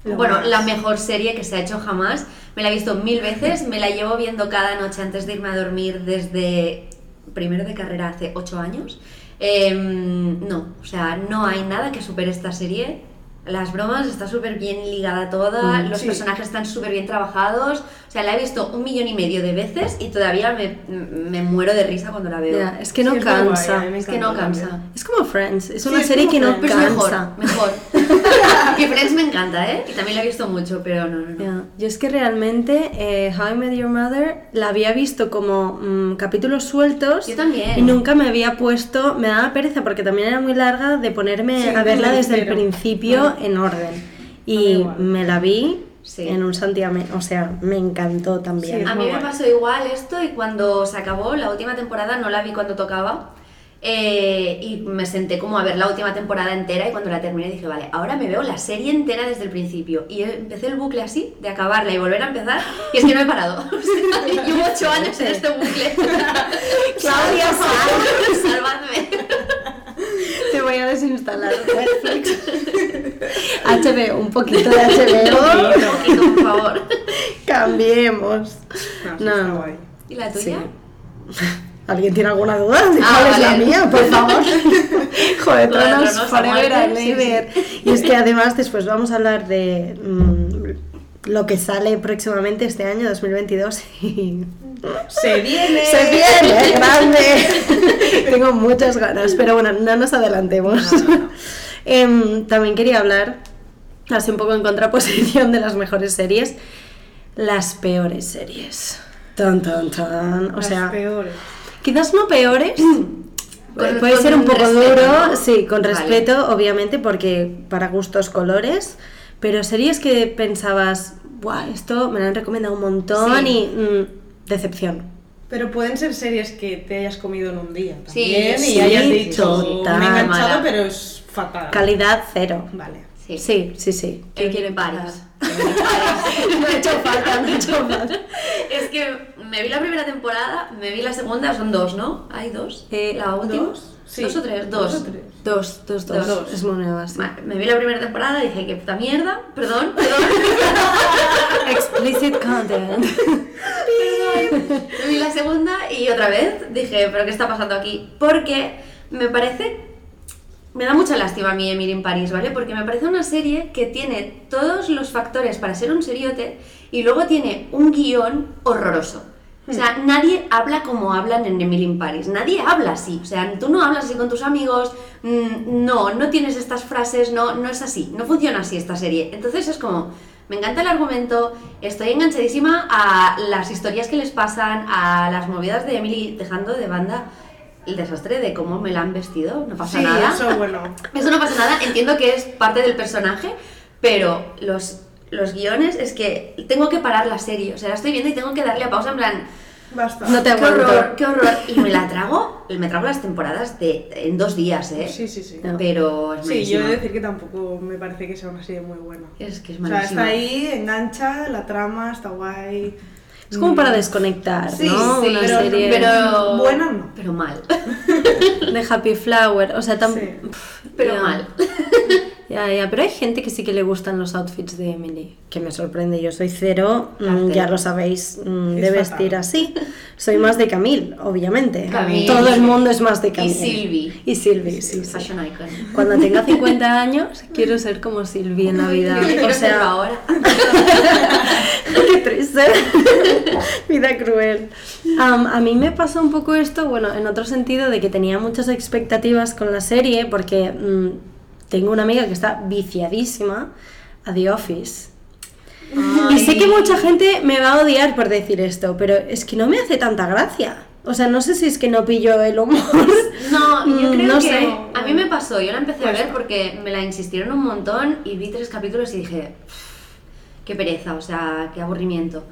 Speaker 4: Lo
Speaker 3: bueno,
Speaker 4: más.
Speaker 3: la mejor serie que se ha hecho jamás. Me la he visto mil veces, me la llevo viendo cada noche antes de irme a dormir desde primero de carrera hace ocho años. Em, no, o sea, no hay nada que supere esta serie. Las bromas está súper bien ligada toda,
Speaker 2: Mm,
Speaker 3: los
Speaker 4: sí.
Speaker 3: personajes están súper bien trabajados. O sea, la he visto un millón y medio de veces y todavía me, me muero de risa cuando la veo.
Speaker 2: Ya, es que no
Speaker 4: Sí, es muy guay,
Speaker 2: cansa.
Speaker 4: a mí me
Speaker 3: Es que no
Speaker 4: encanta
Speaker 3: cansa.
Speaker 4: también.
Speaker 2: Es como Friends, es
Speaker 4: Sí,
Speaker 2: una
Speaker 4: es
Speaker 2: serie
Speaker 4: como
Speaker 2: que no
Speaker 3: Pero
Speaker 4: Friends.
Speaker 3: es
Speaker 2: cansa.
Speaker 3: mejor, mejor. que Friends me encanta, ¿eh? Y también la he visto mucho, pero no, no, no.
Speaker 2: Ya, Yo es que realmente eh, How I Met Your Mother la había visto como mm, capítulos sueltos.
Speaker 3: Yo también.
Speaker 2: Y nunca me había puesto, me daba pereza porque también era muy larga de ponerme
Speaker 4: Sí,
Speaker 2: a verla
Speaker 4: desde
Speaker 2: desde el
Speaker 4: cero.
Speaker 2: principio
Speaker 4: Ah.
Speaker 2: en orden.
Speaker 4: A mí
Speaker 2: Y
Speaker 4: igual.
Speaker 2: me la vi
Speaker 3: Sí.
Speaker 2: en un santiamén, o sea, me encantó también.
Speaker 4: Sí.
Speaker 3: A
Speaker 4: Es
Speaker 3: mí
Speaker 4: muy
Speaker 3: me
Speaker 4: guay.
Speaker 3: pasó igual esto y cuando se acabó la última temporada no la vi cuando tocaba. eh, y me senté como a ver la última temporada entera y cuando la terminé dije, vale, ahora me veo la serie entera desde el principio. Y empecé el bucle así, de acabarla y volver a empezar. Y es que no he parado. O sea, llevo ocho años en este bucle.
Speaker 2: Claudia,
Speaker 3: por favor, salvadme.
Speaker 2: Te voy a desinstalar Netflix. HBO, un poquito de HBO.
Speaker 3: Un poquito, por favor.
Speaker 2: Cambiemos.
Speaker 4: No, sí,
Speaker 2: No.
Speaker 4: está guay.
Speaker 3: ¿Y la
Speaker 2: Sí.
Speaker 3: tuya?
Speaker 2: ¿Alguien tiene alguna duda? ¿De
Speaker 3: Ah,
Speaker 2: ¿Cuál es la
Speaker 3: vale.
Speaker 2: mía? Por favor. Joder,
Speaker 3: Lo de
Speaker 2: tronos
Speaker 3: Tronos
Speaker 2: forever
Speaker 3: Almighty,
Speaker 2: and
Speaker 3: sí,
Speaker 2: ever. Y es que además después vamos a hablar de mm, lo que sale próximamente este año, 2022. y-
Speaker 4: ¡Se viene!
Speaker 2: ¡Se viene! ¡Grande! Tengo muchas ganas, pero bueno, no nos adelantemos. Em, también quería hablar, así un poco en contraposición de las mejores series, las peores series. Tan, tan, tan. O
Speaker 4: Las
Speaker 2: sea,
Speaker 4: peores.
Speaker 2: Quizás no peores. eh,
Speaker 3: Con-
Speaker 2: puede
Speaker 3: con
Speaker 2: ser un poco
Speaker 3: respeto,
Speaker 2: duro,
Speaker 3: ¿no?
Speaker 2: sí, con
Speaker 3: Vale.
Speaker 2: respeto, obviamente, porque para gustos colores. Pero series que pensabas, ¡buah! Esto me lo han recomendado un montón
Speaker 3: Sí.
Speaker 2: y. mm, decepción.
Speaker 4: Pero pueden ser series que te hayas comido en un día
Speaker 3: Sí,
Speaker 4: también
Speaker 2: sí,
Speaker 4: y hayas
Speaker 2: sí,
Speaker 4: dicho,
Speaker 2: total.
Speaker 4: me he enganchado,
Speaker 3: Mala.
Speaker 4: pero es fatal.
Speaker 2: Calidad cero.
Speaker 4: Vale.
Speaker 3: Sí.
Speaker 2: Sí, sí, sí.
Speaker 3: ¿Qué quieren Paris? No he hecho falta, no he hecho falta. Es que me vi la primera temporada, me vi la segunda, son dos, ¿no? ¿Hay dos?
Speaker 2: Eh,
Speaker 3: ¿La última?
Speaker 4: ¿Dos? Sí.
Speaker 3: o tres?
Speaker 4: Dos
Speaker 3: Dos.
Speaker 4: o tres.
Speaker 2: Dos, dos, dos.
Speaker 3: Dos.
Speaker 2: Es muy nueva, sí.
Speaker 3: Vale, me vi la primera temporada y dije, qué puta mierda, perdón, perdón.
Speaker 2: Explicit content.
Speaker 3: Me vi la segunda y otra vez dije, pero ¿qué está pasando aquí? Porque me parece, me da mucha lástima a mí Emily en París, ¿vale? Porque me parece una serie que tiene todos los factores para ser un seriote y luego tiene un guión horroroso. O sea,
Speaker 4: Hmm.
Speaker 3: nadie habla como hablan en Emily in Paris. Nadie habla así. O sea, tú no hablas así con tus amigos. mm, No, no tienes estas frases. No, no es así. No funciona así esta serie. Entonces es como, me encanta el argumento, estoy enganchadísima a las historias que les pasan, a las movidas de Emily dejando de banda el desastre de cómo me la han vestido, no pasa
Speaker 4: sí,
Speaker 3: nada.
Speaker 4: eso bueno.
Speaker 3: Eso no pasa nada, entiendo que es parte del personaje, pero los, los guiones es que tengo que parar la serie, o sea, la estoy viendo y tengo que darle a pausa en plan,
Speaker 4: Basta.
Speaker 2: No te-
Speaker 3: qué
Speaker 2: aguanto.
Speaker 3: horror, qué horror, y me la trago, me trago las temporadas de, en dos días, ¿eh?
Speaker 4: Sí, sí, sí.
Speaker 2: No.
Speaker 3: Pero es
Speaker 4: Sí, yo he
Speaker 3: malísima.
Speaker 4: de decir que tampoco me parece que sea una serie muy buena.
Speaker 3: Es que es
Speaker 4: O sea, está
Speaker 3: malísima.
Speaker 4: ahí, engancha, la trama, está guay.
Speaker 2: Es como
Speaker 3: Mm.
Speaker 2: para desconectar,
Speaker 4: Sí,
Speaker 2: ¿no?
Speaker 4: sí,
Speaker 2: Una
Speaker 4: pero-
Speaker 2: serie.
Speaker 3: pero
Speaker 4: Buena no.
Speaker 3: Pero mal,
Speaker 2: De Happy Flower. O sea, tan.
Speaker 4: Sí.
Speaker 3: pero
Speaker 2: Ya.
Speaker 3: mal.
Speaker 2: Ya, Ya, ya, pero hay gente que sí que le gustan los outfits de Emily. Que me sorprende, yo soy cero, mm,
Speaker 3: Cartel.
Speaker 2: ya lo sabéis, mm,
Speaker 4: Es
Speaker 2: de
Speaker 4: fatal.
Speaker 2: vestir así. Soy más de Camille, obviamente.
Speaker 3: Camille.
Speaker 2: Todo el mundo es más de
Speaker 3: Y
Speaker 2: Camille.
Speaker 3: Sylvie.
Speaker 2: Y Sylvie, sí, sí.
Speaker 3: Fashion icon.
Speaker 2: Cuando tenga 50 años, quiero ser como Sylvie en Navidad.
Speaker 3: Yo quiero
Speaker 2: O
Speaker 3: ser
Speaker 2: sea,
Speaker 3: ahora.
Speaker 2: Qué triste. Vida cruel. Am, a mí me pasa un poco esto, bueno, en otro sentido, de que tenía muchas expectativas con la serie, porque mm, tengo una amiga que está viciadísima a The Office. Y sé que mucha gente me va a odiar por decir esto, pero es que no me hace tanta gracia. O sea, no sé si es que no pillo el humor.
Speaker 3: No, yo
Speaker 2: Mm,
Speaker 3: creo
Speaker 2: no
Speaker 3: que
Speaker 2: sé. Pues
Speaker 3: a mí me pasó, yo la empecé a ver porque me la insistieron un montón y vi tres capítulos y dije, qué pereza, o sea, qué aburrimiento.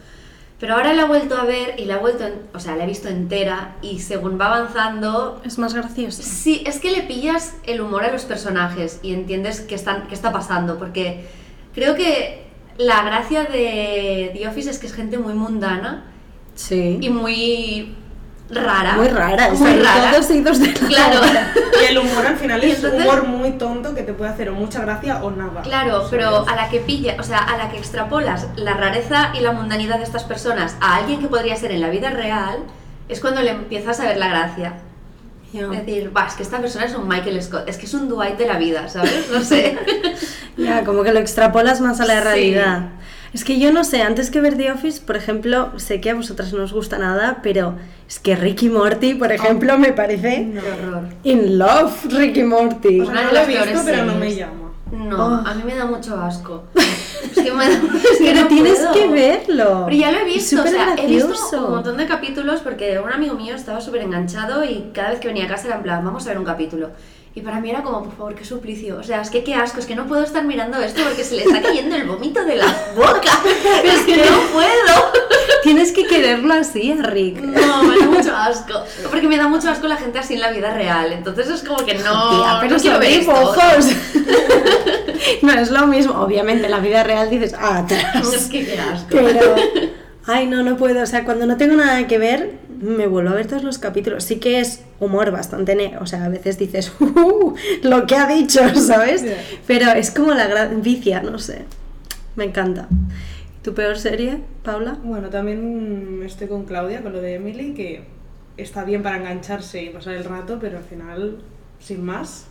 Speaker 3: Pero ahora la he vuelto a ver y la he vuelto, en- o sea, la he visto entera y según va avanzando,
Speaker 2: Es más gracioso.
Speaker 3: sí, es que le pillas el humor a los personajes y entiendes qué, están, qué está pasando, porque creo que la gracia de The Office es que es gente muy mundana
Speaker 2: Sí.
Speaker 3: y muy rara.
Speaker 2: muy rara. o
Speaker 3: muy
Speaker 2: sea,
Speaker 3: rara.
Speaker 2: todos idos de la
Speaker 3: Claro.
Speaker 2: hora.
Speaker 4: Y el humor al final
Speaker 3: Y
Speaker 4: es un
Speaker 3: entonces-
Speaker 4: humor muy tonto que te puede hacer o mucha gracia o nada.
Speaker 3: Claro,
Speaker 4: ¿sabes?
Speaker 3: pero a la que pilla, o sea, a la que extrapolas la rareza y la mundanidad de estas personas a alguien que podría ser en la vida real, es cuando le empiezas a ver la gracia.
Speaker 2: Ya.
Speaker 3: Es decir, va, es que esta persona es un Michael Scott, es que es un Dwight de la vida, ¿sabes? No sé.
Speaker 2: Ya, como que lo extrapolas más a la
Speaker 3: Sí.
Speaker 2: realidad. Es que yo no sé, antes que ver The Office, por ejemplo, sé que a vosotras no os gusta nada, pero es que Ricky Morty, por ejemplo, me parece
Speaker 4: No.
Speaker 3: Qué horror.
Speaker 2: in love Ricky Morty.
Speaker 4: O sea,
Speaker 3: Una de
Speaker 4: no lo he
Speaker 3: las
Speaker 4: visto,
Speaker 3: peores
Speaker 4: pero no me
Speaker 3: series.
Speaker 4: llama.
Speaker 3: No,
Speaker 2: Oh.
Speaker 3: a mí me da mucho asco. Es que, me da- es que
Speaker 2: pero
Speaker 3: no
Speaker 2: tienes
Speaker 3: puedo.
Speaker 2: que verlo.
Speaker 3: Pero ya lo he visto, o
Speaker 2: súper
Speaker 3: sea, he visto
Speaker 2: gracioso.
Speaker 3: un montón de capítulos porque un amigo mío estaba súper enganchado y cada vez que venía a casa era en plan, vamos a ver un capítulo. Y para mí era como, por favor, qué suplicio. O sea, es que qué asco, es que no puedo estar mirando esto porque se le está cayendo el vómito de la boca. es que no puedo.
Speaker 2: Tienes que quererlo así a Rick.
Speaker 3: No, me da mucho asco. Porque me da mucho asco la gente así en la vida real. Entonces es como que no.
Speaker 2: Tía, pero
Speaker 3: no quiero
Speaker 2: son
Speaker 3: ver esto.
Speaker 2: dibujos. no es lo mismo. Obviamente, en la vida real dices, ah, atrás.
Speaker 3: Es que qué asco.
Speaker 2: Pero, ay, no, no puedo. O sea, cuando no tengo nada que ver, me vuelvo a ver todos los capítulos. Sí que es humor bastante ne- O sea, a veces dices, "Uh, lo que ha dicho, ¿sabes?
Speaker 4: Ya.
Speaker 2: Pero es como la gran vicia, no sé. Me encanta. ¿Tu peor serie, Paula?
Speaker 4: Bueno, también estoy con Claudia, con lo de Emily, que está bien para engancharse y pasar el rato, pero al final, sin más.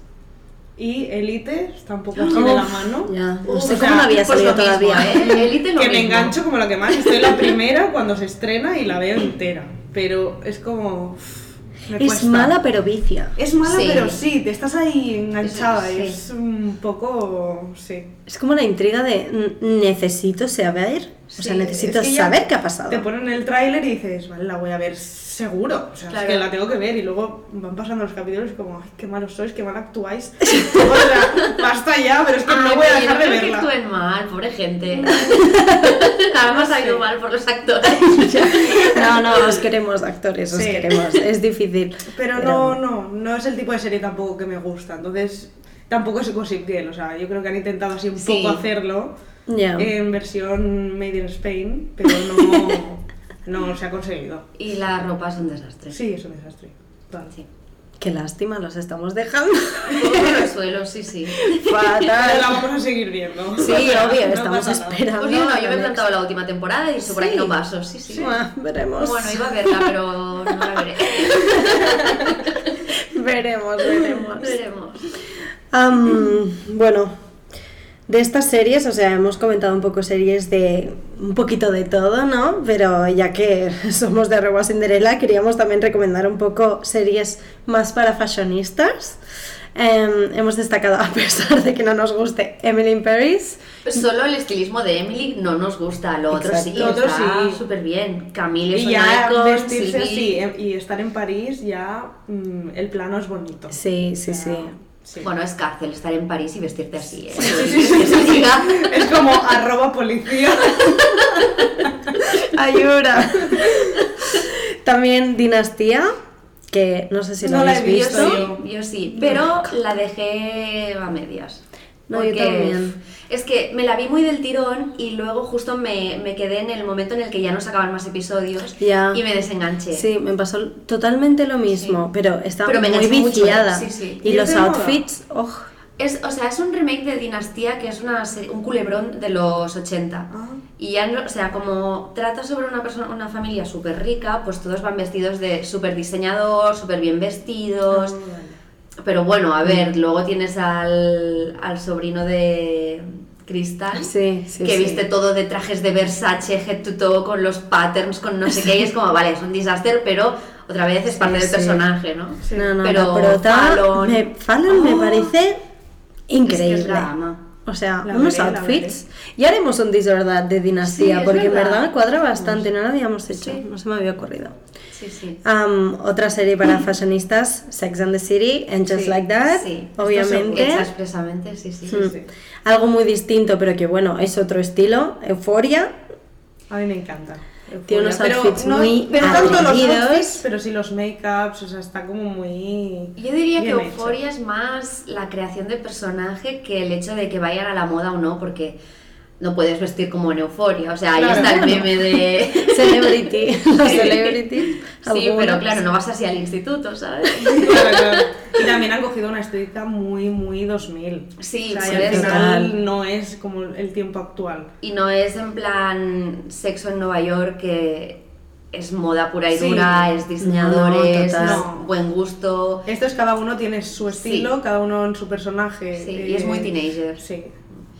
Speaker 4: Y Elite está un poco así de la
Speaker 2: Uf,
Speaker 4: mano.
Speaker 2: ya. No
Speaker 4: Uf,
Speaker 2: sé
Speaker 4: o
Speaker 2: cómo no había
Speaker 3: Pues lo
Speaker 2: salido
Speaker 3: mismo,
Speaker 2: todavía.
Speaker 3: ¿eh? Elite lo
Speaker 4: que me
Speaker 3: mismo.
Speaker 4: engancho como la que más. Estoy la primera cuando se estrena y la veo entera. Pero es como. uf, me
Speaker 2: Es
Speaker 4: cuesta.
Speaker 2: mala, pero vicia.
Speaker 4: Es mala,
Speaker 3: Sí.
Speaker 4: pero sí, te estás ahí enganchada.
Speaker 3: Sí.
Speaker 4: y Es un poco. Sí.
Speaker 2: Es como la intriga de "N- necesito saber. O sea,
Speaker 3: Sí,
Speaker 2: necesito
Speaker 4: Es que ya
Speaker 2: saber qué ha pasado.
Speaker 4: Te ponen el tráiler y dices, vale, la voy a ver seguro. O sea,
Speaker 3: Claro.
Speaker 4: es que la tengo que ver. Y luego van pasando los capítulos y como, ay, qué malos sois, qué mal actuáis. o sea, basta ya, pero es que no
Speaker 3: Ay,
Speaker 4: voy a
Speaker 3: pero yo
Speaker 4: dejar de
Speaker 3: Ah, creo que
Speaker 4: verla.
Speaker 3: actúen mal, pobre gente. Nada más ha ido mal por los actores.
Speaker 2: No, no, os queremos actores, os
Speaker 4: Sí.
Speaker 2: queremos. Es difícil.
Speaker 4: Pero no, no, no es el tipo de serie tampoco que me gusta. Entonces, tampoco es Gossip Girl. O sea, yo creo que han intentado así un
Speaker 3: Sí.
Speaker 4: poco hacerlo
Speaker 2: Ya.
Speaker 4: en versión Made in Spain, pero no, no se ha conseguido.
Speaker 3: Y la ropa es un desastre.
Speaker 4: Sí, es un desastre. Total.
Speaker 3: Sí.
Speaker 2: Qué lástima, los estamos dejando.
Speaker 3: Todo por el suelo, sí, sí.
Speaker 4: Pero la
Speaker 2: Fatal.
Speaker 4: vamos a seguir viendo.
Speaker 2: Sí,
Speaker 4: O sea,
Speaker 2: obvio,
Speaker 4: no
Speaker 2: estamos
Speaker 4: pasa nada.
Speaker 2: esperando.
Speaker 3: Pues yo no, yo me he
Speaker 2: la
Speaker 3: plantado la última temporada y he dicho por aquí
Speaker 2: Sí.
Speaker 3: no paso, sí, sí.
Speaker 2: next. Ah, veremos.
Speaker 3: Bueno, iba a verla, pero no la veré.
Speaker 2: veremos, veremos.
Speaker 3: Veremos.
Speaker 2: Am, bueno, de estas series, o sea, hemos comentado un poco series de un poquito de todo, ¿no? Pero ya que somos de Arroba Cinderella, queríamos también recomendar un poco series más para fashionistas. Em, hemos destacado, a pesar de que no nos guste, Emily in Paris.
Speaker 3: Solo el estilismo de Emily no nos gusta, lo otro sí,
Speaker 4: Exacto. Lo otro
Speaker 3: está
Speaker 4: sí.
Speaker 3: súper bien. Camille es
Speaker 4: Y
Speaker 3: un
Speaker 4: ya
Speaker 3: icon,
Speaker 4: vestirse
Speaker 3: Sylvie-
Speaker 4: así em- y estar en París, ya mm, el plano es bonito.
Speaker 2: Sí, sí, sí.
Speaker 4: Sí.
Speaker 3: Bueno, es cárcel estar en París y vestirte así, ¿eh? Eso diga.
Speaker 4: Es como arroba policía.
Speaker 2: Ayuda. También Dinastía, que no sé si lo
Speaker 4: No la
Speaker 2: habéis
Speaker 4: he
Speaker 3: Yo
Speaker 2: visto.
Speaker 3: sí, yo sí, pero la dejé a medias.
Speaker 2: No, yo también.
Speaker 3: Es que me la vi muy del tirón y luego justo me, me quedé en el momento en el que ya no sacaban más episodios
Speaker 2: Ya.
Speaker 3: y me desenganché.
Speaker 2: Sí, me pasó totalmente lo mismo,
Speaker 3: Sí.
Speaker 2: pero está
Speaker 3: Pero me
Speaker 2: muy
Speaker 3: enganchó mucho,
Speaker 2: viciada.
Speaker 3: sí, sí.
Speaker 2: Y
Speaker 4: ¿Y es
Speaker 2: los
Speaker 4: de moda?
Speaker 2: outfits, oh, oj,
Speaker 5: Es, o sea, es un remake de Dinastía, que es una se- un culebrón de los 80.
Speaker 2: Ah.
Speaker 5: Y ya, no- o sea, como trata sobre una persona, una familia súper rica, pues todos van vestidos de súper diseñador, súper bien
Speaker 2: Ah,
Speaker 5: vestidos. Pero bueno, a ver, luego tienes al, al sobrino de Cristal,
Speaker 2: Sí, sí,
Speaker 5: que
Speaker 2: sí.
Speaker 5: viste todo de trajes de Versace, head to toe, con los patterns, con no sé qué, y es como, vale, es un disaster, pero otra vez es
Speaker 2: Sí,
Speaker 5: parte del
Speaker 2: sí.
Speaker 5: personaje, ¿no?
Speaker 4: Sí.
Speaker 2: No, no,
Speaker 5: Pero
Speaker 2: la prota
Speaker 5: Fallon-
Speaker 2: me, Fallon me
Speaker 5: Oh.
Speaker 2: parece increíble.
Speaker 5: Es que es la ama.
Speaker 2: O sea,
Speaker 4: La
Speaker 2: unos
Speaker 4: veré, la
Speaker 2: outfits. Y haremos un disordad de dinastía,
Speaker 5: Sí, es
Speaker 2: porque en
Speaker 5: verdad.
Speaker 2: verdad cuadra bastante, no lo habíamos hecho,
Speaker 5: Sí.
Speaker 2: no se me había ocurrido.
Speaker 5: Sí, sí.
Speaker 2: Am, otra serie para fashionistas, Sex and the City, and Just
Speaker 4: Sí,
Speaker 2: Like That,
Speaker 5: Sí.
Speaker 2: obviamente.
Speaker 5: Hecha expresamente, sí, sí.
Speaker 2: Mm.
Speaker 4: sí.
Speaker 2: Algo muy distinto, pero que bueno, es otro estilo, Euforia.
Speaker 4: A mí me encanta.
Speaker 2: Tiene unos
Speaker 4: Pero
Speaker 2: outfits
Speaker 4: no-
Speaker 2: muy
Speaker 4: pero tanto los
Speaker 2: atrevidos.
Speaker 4: outfits, pero sí los make-ups, o sea, está como muy...
Speaker 5: Yo diría
Speaker 4: bien
Speaker 5: que
Speaker 4: hecho.
Speaker 5: Euforia es más la creación de personaje que el hecho de que vayan a la moda o no, porque no puedes vestir como en Euforia. O sea, ahí
Speaker 4: Claro,
Speaker 5: está el
Speaker 4: bueno.
Speaker 5: meme de.
Speaker 2: Celebrity, los celebrities.
Speaker 5: Sí, pero
Speaker 2: algunos.
Speaker 5: claro, no vas así al instituto, ¿sabes?
Speaker 4: Claro, claro. Y también han cogido una estética muy, muy 2000.
Speaker 5: Sí,
Speaker 4: o
Speaker 5: por
Speaker 4: sea, y al
Speaker 5: eso.
Speaker 4: final no es como el tiempo actual.
Speaker 5: Y no es en plan sexo en Nueva York que es moda pura y
Speaker 4: Sí.
Speaker 5: dura, es diseñadores,
Speaker 2: No,
Speaker 4: total.
Speaker 5: es buen gusto.
Speaker 4: Esto es cada uno tiene su estilo,
Speaker 5: Sí.
Speaker 4: cada uno en su personaje. eh,
Speaker 5: Sí, y es muy teenager.
Speaker 4: Sí,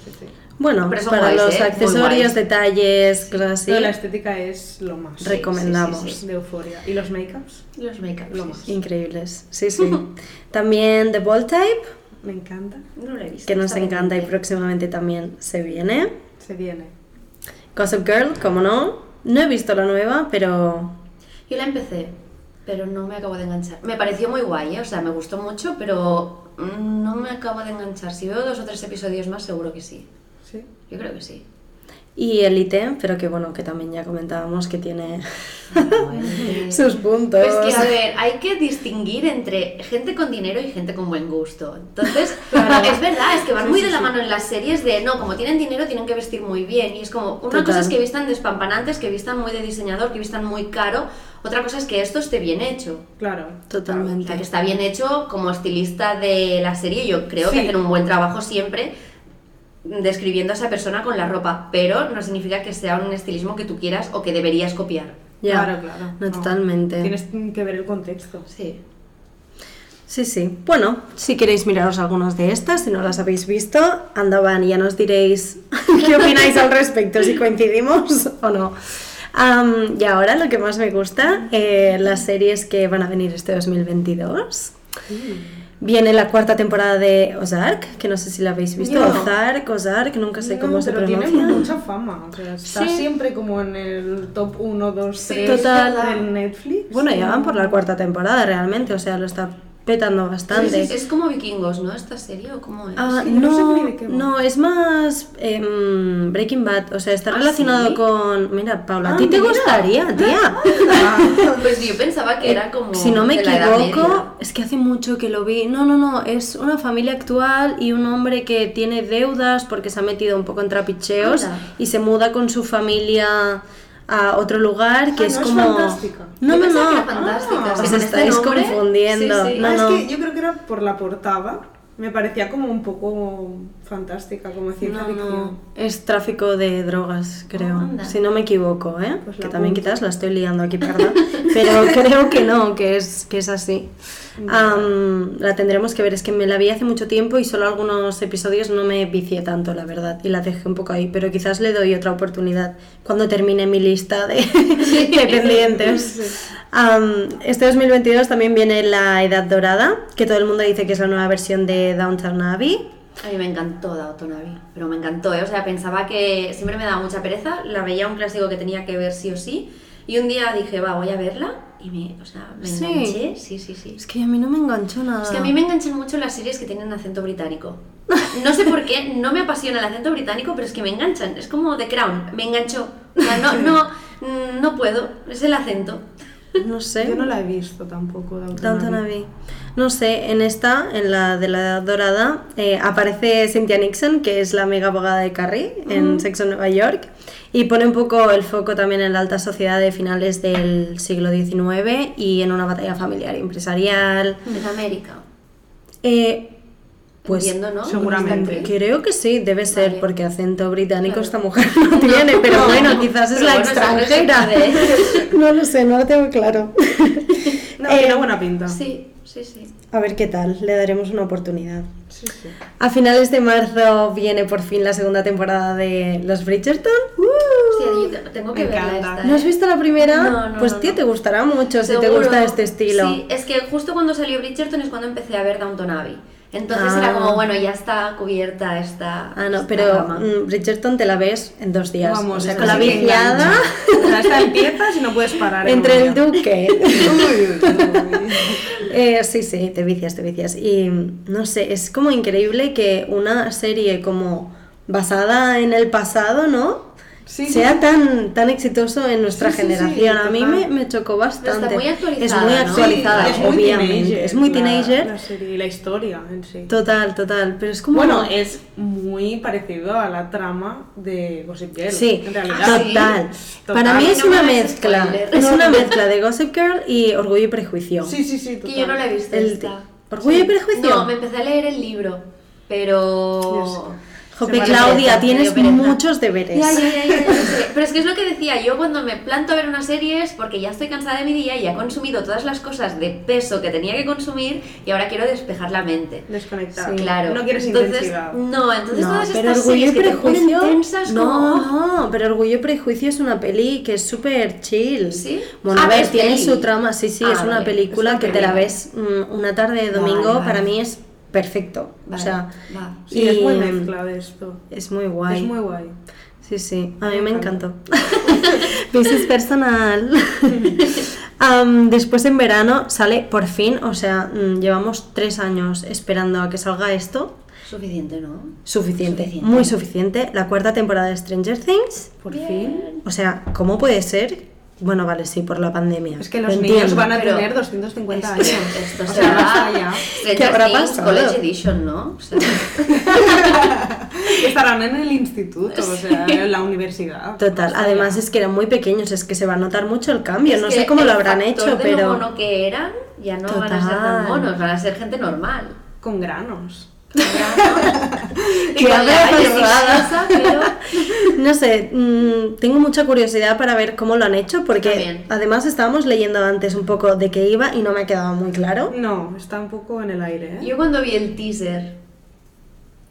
Speaker 4: sí, sí.
Speaker 2: Bueno,
Speaker 5: Pero son
Speaker 2: para
Speaker 5: guays,
Speaker 2: los
Speaker 5: ¿eh? Muy
Speaker 2: accesorios,
Speaker 5: guays.
Speaker 2: detalles, cosas así,
Speaker 4: Lo de la estética es lo más
Speaker 5: Sí,
Speaker 2: recomendamos.
Speaker 5: sí, sí, sí.
Speaker 4: de euforia. ¿Y los make-ups?
Speaker 5: Los make-ups.
Speaker 4: Lo
Speaker 5: sí,
Speaker 4: más.
Speaker 5: sí.
Speaker 2: Increíbles, sí, sí. también The Ball Type,
Speaker 4: Me encanta.
Speaker 5: No lo he visto.
Speaker 2: que nos
Speaker 5: está pendiente.
Speaker 2: encanta y próximamente también se viene.
Speaker 4: Se viene.
Speaker 2: Gossip Girl, como no. No he visto la nueva, pero
Speaker 5: Yo la empecé, pero no me acabo de enganchar. Me pareció muy guay, ¿eh? o sea, me gustó mucho, pero mm, no me acabo de enganchar. Si veo dos o tres episodios más, seguro que sí.
Speaker 4: Sí.
Speaker 5: Yo creo que sí.
Speaker 2: y Elite, pero que bueno, que también ya comentábamos que tiene
Speaker 5: Pues
Speaker 2: sus puntos.
Speaker 5: que, a ver, hay que distinguir entre gente con dinero y gente con buen gusto. Entonces,
Speaker 4: Claro.
Speaker 5: es verdad, es que van
Speaker 4: Sí,
Speaker 5: muy
Speaker 4: sí,
Speaker 5: de la
Speaker 4: sí.
Speaker 5: mano en las series de, no, como tienen dinero tienen que vestir muy bien. Y es como, una
Speaker 2: Total.
Speaker 5: cosa es que vistan despampanantes, que vistan muy de diseñador, que vistan muy caro. Otra cosa es que esto esté bien hecho.
Speaker 4: Claro.
Speaker 5: O sea, que
Speaker 2: Totalmente.
Speaker 5: está bien hecho como estilista de la serie. Yo creo que
Speaker 4: Sí.
Speaker 5: hacen un buen trabajo siempre describiendo a esa persona con la ropa, pero no significa que sea un estilismo que tú quieras o que deberías copiar.
Speaker 2: Ya.
Speaker 4: Claro, claro.
Speaker 2: No, totalmente.
Speaker 4: Tienes que ver el contexto.
Speaker 5: Sí.
Speaker 2: Sí, sí. Bueno, si queréis miraros algunas de estas, si no las habéis visto, andaban y ya nos diréis qué opináis al respecto, si coincidimos o no. Am, y ahora lo que más me gusta, eh, las series que van a venir este 2022. Viene la cuarta temporada de Ozark, que no sé si la habéis visto.
Speaker 4: No.
Speaker 2: Ozark, Ozark, nunca sé cómo
Speaker 4: No,
Speaker 2: se
Speaker 4: pero tiene
Speaker 2: pronuncia.
Speaker 4: mucha fama. O sea, está
Speaker 2: Sí.
Speaker 4: siempre como en el top 1, 2,
Speaker 5: Sí,
Speaker 4: 3
Speaker 2: total.
Speaker 4: del Netflix. Ah.
Speaker 2: Bueno, ya van por la cuarta temporada realmente, o sea, lo está petando bastante.
Speaker 5: Es, es como vikingos, ¿no? ¿Esta serie o cómo es?
Speaker 2: Ah,
Speaker 4: que yo no
Speaker 2: no,
Speaker 4: sé ni de qué va.
Speaker 2: no, es más em, Breaking Bad, o sea, está
Speaker 5: Ah,
Speaker 2: relacionado
Speaker 5: ¿sí?
Speaker 2: con... Mira, Paula, ¿a
Speaker 4: Ah,
Speaker 2: ti te
Speaker 4: mira.
Speaker 2: gustaría, tía?
Speaker 5: Pues yo pensaba que ah, era como...
Speaker 2: si no me
Speaker 5: de la Edad
Speaker 2: equivoco,
Speaker 5: Media.
Speaker 2: es que hace mucho que lo vi. No, no, no, es una familia actual y un hombre que tiene deudas porque se ha metido un poco en trapicheos
Speaker 5: Anda.
Speaker 2: y se muda con su familia a otro lugar que
Speaker 4: Ah,
Speaker 2: es
Speaker 4: no es
Speaker 2: como...
Speaker 4: fantástica.
Speaker 2: No,
Speaker 5: Yo
Speaker 2: no,
Speaker 5: pensaba que era
Speaker 2: no.
Speaker 5: fantástica.
Speaker 4: Ah.
Speaker 5: o sea,
Speaker 2: Os
Speaker 5: con este
Speaker 2: estáis
Speaker 5: nombre-
Speaker 2: confundiendo.
Speaker 5: Sí, sí.
Speaker 2: No,
Speaker 4: Ah,
Speaker 2: no.
Speaker 4: Es que yo creo que era por la portada. Me parecía como un poco fantástica, como ciencia
Speaker 2: No,
Speaker 4: ficción.
Speaker 2: no, es tráfico de drogas, creo.
Speaker 5: anda.
Speaker 2: si no me equivoco, ¿eh?
Speaker 4: Pues
Speaker 2: que
Speaker 4: la
Speaker 2: también
Speaker 4: apunto.
Speaker 2: quizás la estoy liando aquí, parda. pero creo que no, que es, que es así. Am, la tendremos que ver, es que me la vi hace mucho tiempo y solo algunos episodios no me vicié tanto, la verdad, y la dejé un poco ahí, pero quizás le doy otra oportunidad cuando termine mi lista de, de pendientes. Am, este 2022 también viene La Edad Dorada, que todo el mundo dice que es la nueva versión de Downtown Abbey.
Speaker 5: A mí me encantó Dautonavi, pero me encantó, ¿eh? O sea, pensaba que siempre me daba mucha pereza, la veía un clásico que tenía que ver sí o sí, y un día dije, va, voy a verla, y me, o sea, me
Speaker 2: Sí.
Speaker 5: enganché, sí, sí, sí. Ah.
Speaker 2: Es que a mí no me enganchó nada.
Speaker 5: Es que a mí me enganchan mucho las series que tienen acento británico. No sé por qué, no me apasiona el acento británico, pero es que me enganchan, es como The Crown, me enganchó. O sea, no, no, mm, no puedo, es el acento.
Speaker 2: No sé.
Speaker 4: Yo no la he visto tampoco. Downton
Speaker 2: Downton
Speaker 4: Abbey.
Speaker 2: Abbey. ¿Eh? No sé, en esta, en la de la Edad Dorada, eh, aparece Cynthia Nixon, que es la mega abogada de Carrie en Sexo en Nueva York, y pone un poco el foco también en la alta sociedad de finales del siglo XIX y en una batalla familiar y empresarial.
Speaker 5: En América.
Speaker 2: Eh, Pues
Speaker 5: Entiendo, ¿no?
Speaker 4: seguramente.
Speaker 5: Esta actriz.
Speaker 2: Creo que sí, debe ser,
Speaker 5: Vale.
Speaker 2: porque acento británico
Speaker 5: Claro.
Speaker 2: esta mujer no tiene, pero
Speaker 5: No.
Speaker 2: bueno, quizás es
Speaker 5: Pero
Speaker 2: la
Speaker 5: bueno,
Speaker 2: extranjera.
Speaker 5: seguro que sí.
Speaker 2: No lo sé, no lo tengo claro.
Speaker 4: No,
Speaker 2: Eh,
Speaker 4: tiene buena pinta.
Speaker 5: Sí, sí, sí.
Speaker 2: A ver qué tal, le daremos una oportunidad.
Speaker 4: sí, sí.
Speaker 2: A finales de marzo viene por fin la segunda temporada de Los Bridgerton. ¡Uh!
Speaker 5: Hostia, yo te- tengo que
Speaker 4: Me
Speaker 5: verla
Speaker 4: encanta.
Speaker 5: esta,
Speaker 2: ¿No has
Speaker 5: ¿eh?
Speaker 2: visto la primera?
Speaker 5: No, no,
Speaker 2: pues
Speaker 5: no,
Speaker 2: tío,
Speaker 5: no.
Speaker 2: te gustará mucho si te
Speaker 5: Seguro.
Speaker 2: gusta este estilo.
Speaker 5: Sí, es que justo cuando salió Bridgerton es cuando empecé a ver Downton Abbey. Entonces
Speaker 2: Ah.
Speaker 5: era como, bueno, ya está cubierta esta.
Speaker 2: Ah, no,
Speaker 5: esta
Speaker 2: pero
Speaker 5: gama.
Speaker 2: mm, Bridgerton te la ves en dos días.
Speaker 4: Vamos,
Speaker 2: o sea,
Speaker 4: esa
Speaker 2: con la
Speaker 4: sí que
Speaker 2: viciada
Speaker 4: engancha. O sea, esta empiezas y no puedes parar. en
Speaker 2: entre el
Speaker 4: un día.
Speaker 2: duque.
Speaker 4: Uy, uy, uy.
Speaker 2: Eh, sí, sí, te vicias, te vicias. Y mm, no sé, es como increíble que una serie como basada en el pasado, ¿no?
Speaker 4: Sí,
Speaker 2: sea
Speaker 4: sí.
Speaker 2: tan, tan exitoso en nuestra
Speaker 4: Sí, sí, sí,
Speaker 2: generación. A mí
Speaker 4: total.
Speaker 2: me, me chocó bastante.
Speaker 5: muy
Speaker 2: es
Speaker 5: actualizada,
Speaker 2: muy
Speaker 5: ¿no?
Speaker 2: actualizada,
Speaker 4: Sí, es muy
Speaker 2: obviamente.
Speaker 4: teenager
Speaker 2: es muy
Speaker 4: la-
Speaker 2: teenager.
Speaker 4: La, serie y la historia en sí.
Speaker 2: Total, total. Pero es como.
Speaker 4: Bueno, es muy parecido a la trama de Gossip Girl.
Speaker 2: Sí,
Speaker 4: en
Speaker 5: Ah,
Speaker 4: realidad.
Speaker 5: sí.
Speaker 2: total.
Speaker 4: Total.
Speaker 2: Para mí
Speaker 4: Ay,
Speaker 2: es
Speaker 5: no me
Speaker 2: una
Speaker 5: hagas
Speaker 2: mezcla.
Speaker 5: spoiler.
Speaker 2: Es una mezcla de Gossip Girl y Orgullo y Prejuicio.
Speaker 4: Sí, sí, sí. Total.
Speaker 5: Que yo no la he visto.
Speaker 2: El-
Speaker 5: esta.
Speaker 2: Orgullo y Prejuicio.
Speaker 5: No, me empecé a leer el libro, pero.
Speaker 2: Jope,
Speaker 4: Se
Speaker 2: Claudia,
Speaker 5: parece,
Speaker 2: tienes
Speaker 5: me dio pereza.
Speaker 2: muchos deberes.
Speaker 5: Ya, ya, ya, ya, ya sé. Pero es que es lo que decía yo cuando me planto a ver una serie es porque ya estoy cansada de mi día y he consumido todas las cosas de peso que tenía que consumir y ahora quiero despejar la mente.
Speaker 4: Desconectada.
Speaker 2: Sí.
Speaker 5: Claro.
Speaker 4: No quieres
Speaker 5: entonces,
Speaker 4: intensidad.
Speaker 5: No, entonces
Speaker 2: No,
Speaker 5: todas
Speaker 2: pero
Speaker 5: estas
Speaker 2: Orgullo y
Speaker 5: series que te ponen
Speaker 2: Prejuicio.
Speaker 5: tensas
Speaker 2: no,
Speaker 5: como...
Speaker 2: no, pero Orgullo y Prejuicio es una peli que es súper chill.
Speaker 5: ¿Sí?
Speaker 2: Bueno,
Speaker 5: Ah,
Speaker 2: a ver,
Speaker 5: es
Speaker 2: tiene
Speaker 5: peli.
Speaker 2: su trama, sí, sí,
Speaker 5: Ah,
Speaker 2: es una
Speaker 5: vale,
Speaker 2: película
Speaker 5: es una
Speaker 2: que te la
Speaker 5: peli.
Speaker 2: ves mm, una tarde de domingo,
Speaker 5: Vale, vale.
Speaker 2: para mí es perfecto.
Speaker 5: Vale,
Speaker 2: o sea,
Speaker 5: va.
Speaker 4: Sí, es muy
Speaker 2: y-
Speaker 4: mezcla de esto.
Speaker 2: Es muy guay.
Speaker 4: Es muy guay.
Speaker 2: Sí, sí, a mí
Speaker 4: Me
Speaker 2: me
Speaker 4: encanta.
Speaker 2: encantó. Business personal. Am, después en verano sale por fin, o sea, mm, llevamos tres años esperando a que salga esto.
Speaker 5: Suficiente, ¿no?
Speaker 2: Suficiente,
Speaker 5: Suficiente.
Speaker 2: muy suficiente. La cuarta temporada de Stranger Things.
Speaker 4: Por
Speaker 5: Bien.
Speaker 4: fin.
Speaker 2: O sea, ¿cómo puede ser? Bueno, vale, sí, por la pandemia.
Speaker 4: Es que
Speaker 2: lo
Speaker 4: los niños
Speaker 2: entiendo.
Speaker 4: van a
Speaker 5: pero-
Speaker 4: tener 250 años.
Speaker 5: Esto, esto
Speaker 4: O sea,
Speaker 5: será
Speaker 4: basta ya.
Speaker 5: Stranger
Speaker 2: ¿Qué habrá
Speaker 5: Things
Speaker 2: pasado?
Speaker 5: College Edition, ¿no? O sea,
Speaker 4: Estarán en el instituto, o sea, en la universidad.
Speaker 2: Total, además es que eran muy pequeños, es que se va a notar mucho el cambio.
Speaker 5: es
Speaker 2: no
Speaker 5: que
Speaker 2: sé cómo
Speaker 5: el
Speaker 2: lo habrán
Speaker 5: factor
Speaker 2: hecho,
Speaker 5: de
Speaker 2: pero.
Speaker 5: lo mono que eran, ya no van a ser tan
Speaker 2: Total.
Speaker 5: monos, van a ser gente normal.
Speaker 4: Con granos.
Speaker 5: Y
Speaker 2: Que
Speaker 5: con la
Speaker 2: habrá
Speaker 5: calle sin
Speaker 2: pasado.
Speaker 5: casa, pero
Speaker 2: No sé, mm, tengo mucha curiosidad para ver cómo lo han hecho, porque
Speaker 5: También.
Speaker 2: además estábamos leyendo antes un poco de qué iba y no me ha quedado muy claro.
Speaker 4: No, está un poco en el aire, ¿eh?
Speaker 5: Yo cuando vi el teaser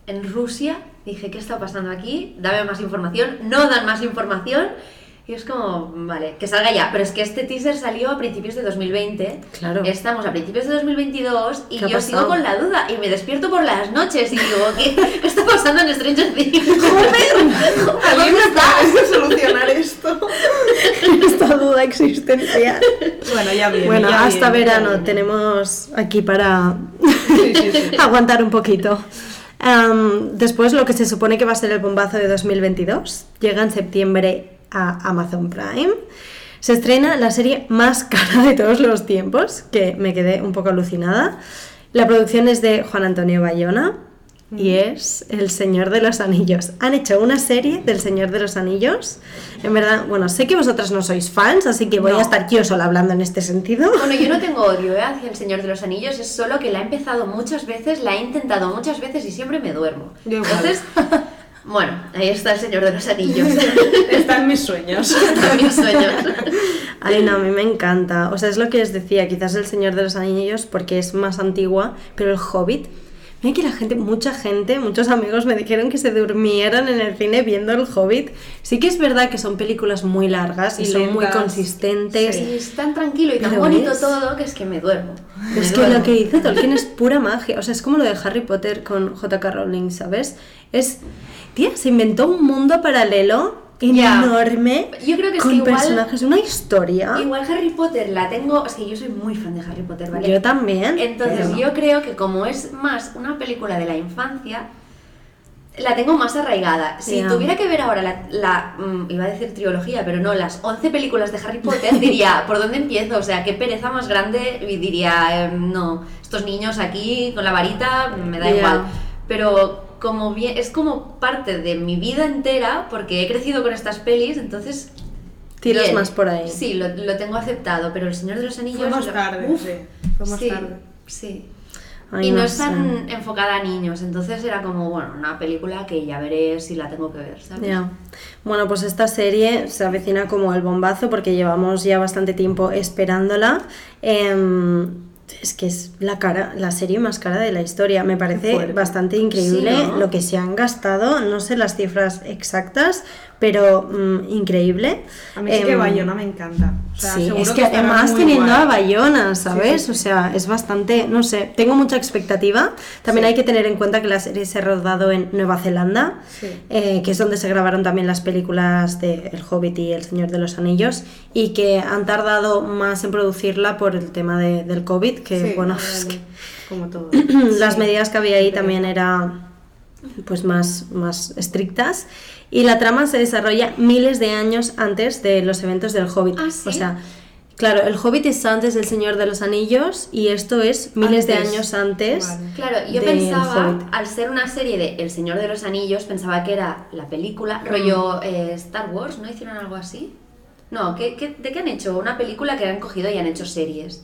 Speaker 5: en Rusia, dije, ¿qué está pasando aquí? Dame más información, no dan más información. Y es como, vale, que salga ya. Pero es que este teaser salió a principios de 2020.
Speaker 2: Claro.
Speaker 5: Estamos a principios de 2022 y
Speaker 2: ¿Qué ha
Speaker 5: yo
Speaker 2: pasado?
Speaker 5: sigo con la duda. Y me despierto por las noches y digo, ¿qué, ¿Qué está pasando en Stranger Things?
Speaker 4: ¿Alguien
Speaker 5: ¡Joder!
Speaker 4: me puede solucionar esto?
Speaker 2: Esta duda existencial.
Speaker 4: Bueno, ya viene.
Speaker 2: Bueno,
Speaker 4: ya
Speaker 2: hasta
Speaker 4: viene, ya
Speaker 2: verano
Speaker 4: viene.
Speaker 2: tenemos aquí para
Speaker 4: Sí, sí, sí.
Speaker 2: aguantar un poquito. Am, después, lo que se supone que va a ser el bombazo de 2022, llega en septiembre a Amazon Prime. Se estrena la serie más cara de todos los tiempos, que me quedé un poco alucinada. La producción es de Juan Antonio Bayona y
Speaker 5: Mm.
Speaker 2: es El Señor de los Anillos. Han hecho una serie del Señor de los Anillos. En verdad, bueno, sé que vosotras no sois fans, así que voy
Speaker 4: No.
Speaker 2: a estar yo sola hablando en este sentido.
Speaker 5: Bueno, yo no tengo odio ¿eh? hacia el Señor de los Anillos, es solo que la he empezado muchas veces, la he intentado muchas veces y siempre me duermo.
Speaker 4: Yo igual.
Speaker 5: Entonces, bueno, ahí está el Señor de los Anillos.
Speaker 4: Están mis sueños.
Speaker 5: Son mis sueños.
Speaker 2: Ay, no, a mí me encanta. O sea, es lo que les decía, quizás El Señor de los Anillos porque es más antigua, pero El Hobbit. Mira que la gente, mucha gente, muchos amigos me dijeron que se durmieron en el cine viendo El Hobbit. Sí que es verdad que son películas muy largas y,
Speaker 4: Y
Speaker 2: son muy
Speaker 4: lentas.
Speaker 2: consistentes.
Speaker 4: Sí.
Speaker 5: Y es tan tranquilo y tan
Speaker 2: Pero
Speaker 5: bonito
Speaker 2: es-
Speaker 5: todo que es que me duermo. Me
Speaker 2: Es que
Speaker 5: duermo.
Speaker 2: lo que hizo Tolkien es pura magia. O sea, es como lo de Harry Potter con J.K. Rowling, ¿sabes? Es. Tía, se inventó un mundo paralelo
Speaker 5: Ya.
Speaker 2: enorme.
Speaker 5: Yo creo que es
Speaker 2: con
Speaker 5: que igual-
Speaker 2: personajes, una historia.
Speaker 5: Igual Harry Potter la tengo, es que yo soy muy fan de Harry Potter, ¿vale?
Speaker 2: Yo también.
Speaker 5: Entonces
Speaker 2: pero-
Speaker 5: yo creo que como es más una película de la infancia, la tengo más arraigada. Si
Speaker 2: Ya.
Speaker 5: tuviera que ver ahora la, la, mm, iba a decir trilogía, pero no, las 11 películas de Harry Potter, diría, ¿por dónde empiezo? O sea, qué pereza más grande, y diría, em, no, estos niños aquí con la varita, me da
Speaker 2: Ya.
Speaker 5: igual. Pero como bien, es como parte de mi vida entera, porque he crecido con estas pelis, entonces...
Speaker 2: Tiras
Speaker 5: bien.
Speaker 2: más por ahí.
Speaker 5: Sí, lo, lo tengo aceptado, pero El Señor de los Anillos...
Speaker 4: Fue más
Speaker 5: lo-
Speaker 4: tarde,
Speaker 5: uf,
Speaker 4: sí. Fue más
Speaker 5: sí,
Speaker 4: tarde.
Speaker 5: Sí.
Speaker 2: Ay,
Speaker 5: y no,
Speaker 2: no
Speaker 5: es tan enfocada a niños, entonces era como, bueno, una película que ya veré si la tengo que ver, ¿sabes?
Speaker 2: Ya. Bueno, pues esta serie se avecina como el bombazo porque llevamos ya bastante tiempo esperándola. Em, es que es la cara, la serie más cara de la historia. Me parece
Speaker 4: fuerte.
Speaker 2: bastante increíble
Speaker 5: Sí, ¿no?
Speaker 2: lo que se han gastado. No sé las cifras exactas, pero mm, increíble.
Speaker 4: A mí sí que
Speaker 2: Em,
Speaker 4: Bayona me encanta. O sea,
Speaker 2: sí,
Speaker 4: seguro
Speaker 2: es que,
Speaker 4: estará
Speaker 2: además
Speaker 4: muy
Speaker 2: teniendo
Speaker 4: guay.
Speaker 2: a Bayona, ¿sabes?
Speaker 4: Sí, sí.
Speaker 2: O sea, es bastante, no sé, tengo mucha expectativa. También hay que tener en cuenta que la serie se ha rodado en Nueva Zelanda,
Speaker 4: Sí.
Speaker 2: eh, que es donde se grabaron también las películas de El Hobbit y El Señor de los Anillos, y que han tardado más en producirla por el tema de- del COVID, que
Speaker 4: Sí,
Speaker 2: bueno,
Speaker 4: vale,
Speaker 2: es que
Speaker 4: como todo.
Speaker 2: Mm, las medidas que había ahí
Speaker 4: Pero-
Speaker 2: también eran pues más, más estrictas y la trama se desarrolla miles de años antes de los eventos del Hobbit.
Speaker 5: Ah, ¿sí?
Speaker 2: O sea, claro, el Hobbit es antes del Señor de los Anillos y esto es miles de
Speaker 4: Antes.
Speaker 2: años antes.
Speaker 4: Vale.
Speaker 5: Claro, yo
Speaker 2: del
Speaker 5: pensaba,
Speaker 2: Hobbit.
Speaker 5: al ser una serie de El Señor de los Anillos, pensaba que era la película, rollo
Speaker 2: Mm.
Speaker 5: eh, Star Wars, ¿no hicieron algo así? No, ¿qué, qué, de qué han hecho? Una película que han cogido y han hecho series.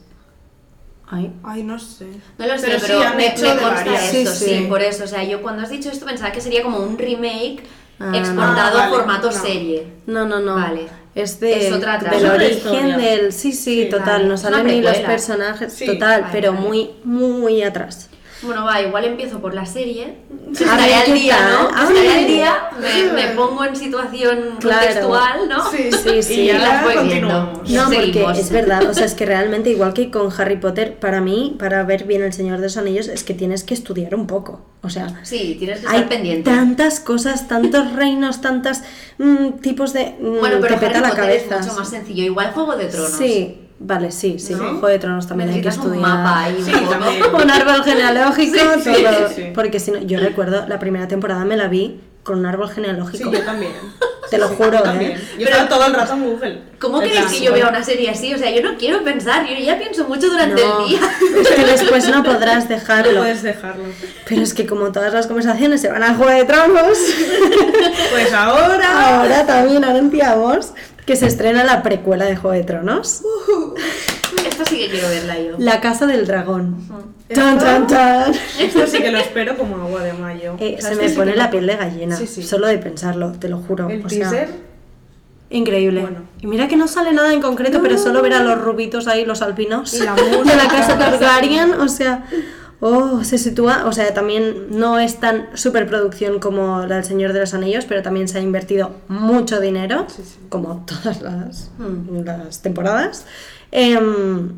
Speaker 2: Ay,
Speaker 4: Ay, no sé.
Speaker 5: No lo sé,
Speaker 4: Pero
Speaker 5: pero,
Speaker 4: sí, han
Speaker 5: me,
Speaker 4: hecho
Speaker 5: me
Speaker 4: de
Speaker 5: consta
Speaker 4: varias.
Speaker 5: esto,
Speaker 2: Sí,
Speaker 5: sí,
Speaker 2: sí.
Speaker 5: por eso. O sea, yo cuando has dicho esto pensaba que sería como un remake
Speaker 2: Ah,
Speaker 5: exportado
Speaker 4: no.
Speaker 5: a
Speaker 4: Ah, vale,
Speaker 5: formato
Speaker 4: no.
Speaker 5: serie.
Speaker 2: No, no, no.
Speaker 5: Vale.
Speaker 2: Es de,
Speaker 5: Es otra trama.
Speaker 2: del
Speaker 4: Es otra
Speaker 2: origen
Speaker 4: historia.
Speaker 2: del... Sí, sí,
Speaker 4: Sí,
Speaker 2: total.
Speaker 5: vale.
Speaker 2: No
Speaker 5: Es una
Speaker 2: salen ni los
Speaker 5: precuela.
Speaker 2: personajes.
Speaker 4: Sí,
Speaker 2: total,
Speaker 5: vale,
Speaker 2: pero
Speaker 5: vale.
Speaker 2: muy, muy atrás.
Speaker 5: Bueno, va, igual empiezo por la serie.
Speaker 2: A
Speaker 5: Estaré
Speaker 2: ver,
Speaker 5: al
Speaker 2: ¿qué
Speaker 5: día,
Speaker 2: tal?
Speaker 5: ¿no?
Speaker 2: Ah,
Speaker 5: Estaré al
Speaker 2: sí.
Speaker 5: día, me, me pongo en situación
Speaker 2: Claro.
Speaker 5: contextual, ¿no?
Speaker 4: Sí,
Speaker 2: Sí, sí.
Speaker 4: Y
Speaker 5: Y
Speaker 4: ya
Speaker 5: las voy
Speaker 4: continuamos.
Speaker 5: viendo.
Speaker 2: No,
Speaker 5: Seguimos.
Speaker 2: porque es verdad, o sea, es que realmente igual que con Harry Potter, para mí, para ver bien El Señor de los Anillos, es que tienes que estudiar un poco. O sea,
Speaker 5: Sí, tienes que
Speaker 2: hay
Speaker 5: estar pendiente.
Speaker 2: tantas cosas, tantos reinos, tantas mm, tipos de... mm,
Speaker 5: Bueno, pero
Speaker 2: te peta
Speaker 5: Harry
Speaker 2: la
Speaker 5: Potter
Speaker 2: cabeza.
Speaker 5: es mucho más sencillo. Igual Juego de Tronos.
Speaker 2: sí, vale, sí, sí.
Speaker 5: ¿no?
Speaker 2: Juego de Tronos también hay que
Speaker 5: Necesitas
Speaker 2: estudiar.
Speaker 5: un mapa ahí un
Speaker 4: Sí,
Speaker 5: poco.
Speaker 4: también.
Speaker 2: un árbol genealógico,
Speaker 4: Sí, sí,
Speaker 2: todo.
Speaker 4: sí, sí.
Speaker 2: Porque si no, yo recuerdo, la primera temporada me la vi con un árbol
Speaker 4: Sí,
Speaker 2: genealógico.
Speaker 4: yo también.
Speaker 2: Te
Speaker 4: Sí,
Speaker 2: lo
Speaker 4: sí,
Speaker 2: juro,
Speaker 4: yo
Speaker 2: ¿eh?
Speaker 4: también. Yo
Speaker 5: Pero-
Speaker 4: estaba todo el rato en Google.
Speaker 5: ¿Cómo
Speaker 4: En
Speaker 5: queréis
Speaker 4: plan,
Speaker 5: que yo vea una serie así? O sea, yo no quiero pensar, yo ya pienso mucho durante
Speaker 2: No,
Speaker 5: el día.
Speaker 2: es que después no podrás dejarlo.
Speaker 5: Pues
Speaker 4: No puedes dejarlo.
Speaker 2: Pero es que como todas las conversaciones se van al Juego de Tronos,
Speaker 4: Pues ahora.
Speaker 2: ahora también anunciamos que se estrena la precuela de Juego de Tronos,
Speaker 5: Esta sí que quiero verla yo.
Speaker 2: La Casa del Dragón.
Speaker 4: Ujú.
Speaker 2: ¡Tan, tan, tan!
Speaker 4: Esto sí que lo espero como agua de mayo.
Speaker 2: Eh,
Speaker 4: O sea,
Speaker 2: se
Speaker 4: esto
Speaker 2: me
Speaker 4: sí
Speaker 2: pone
Speaker 4: que-
Speaker 2: la piel de gallina,
Speaker 4: Sí, sí.
Speaker 2: solo de pensarlo, te lo juro.
Speaker 4: El
Speaker 2: o sea,
Speaker 4: teaser.
Speaker 2: increíble.
Speaker 4: Bueno.
Speaker 2: Y mira que no sale nada en concreto, pero solo ver a los rubitos ahí, los albinos.
Speaker 4: Y la
Speaker 2: de la
Speaker 4: música.
Speaker 2: casa Targaryen, o sea, oh, se sitúa, o sea, también no es tan superproducción como la del Señor de los Anillos, pero también se ha invertido mucho dinero,
Speaker 4: Sí, sí.
Speaker 2: como todas las, las temporadas, Em,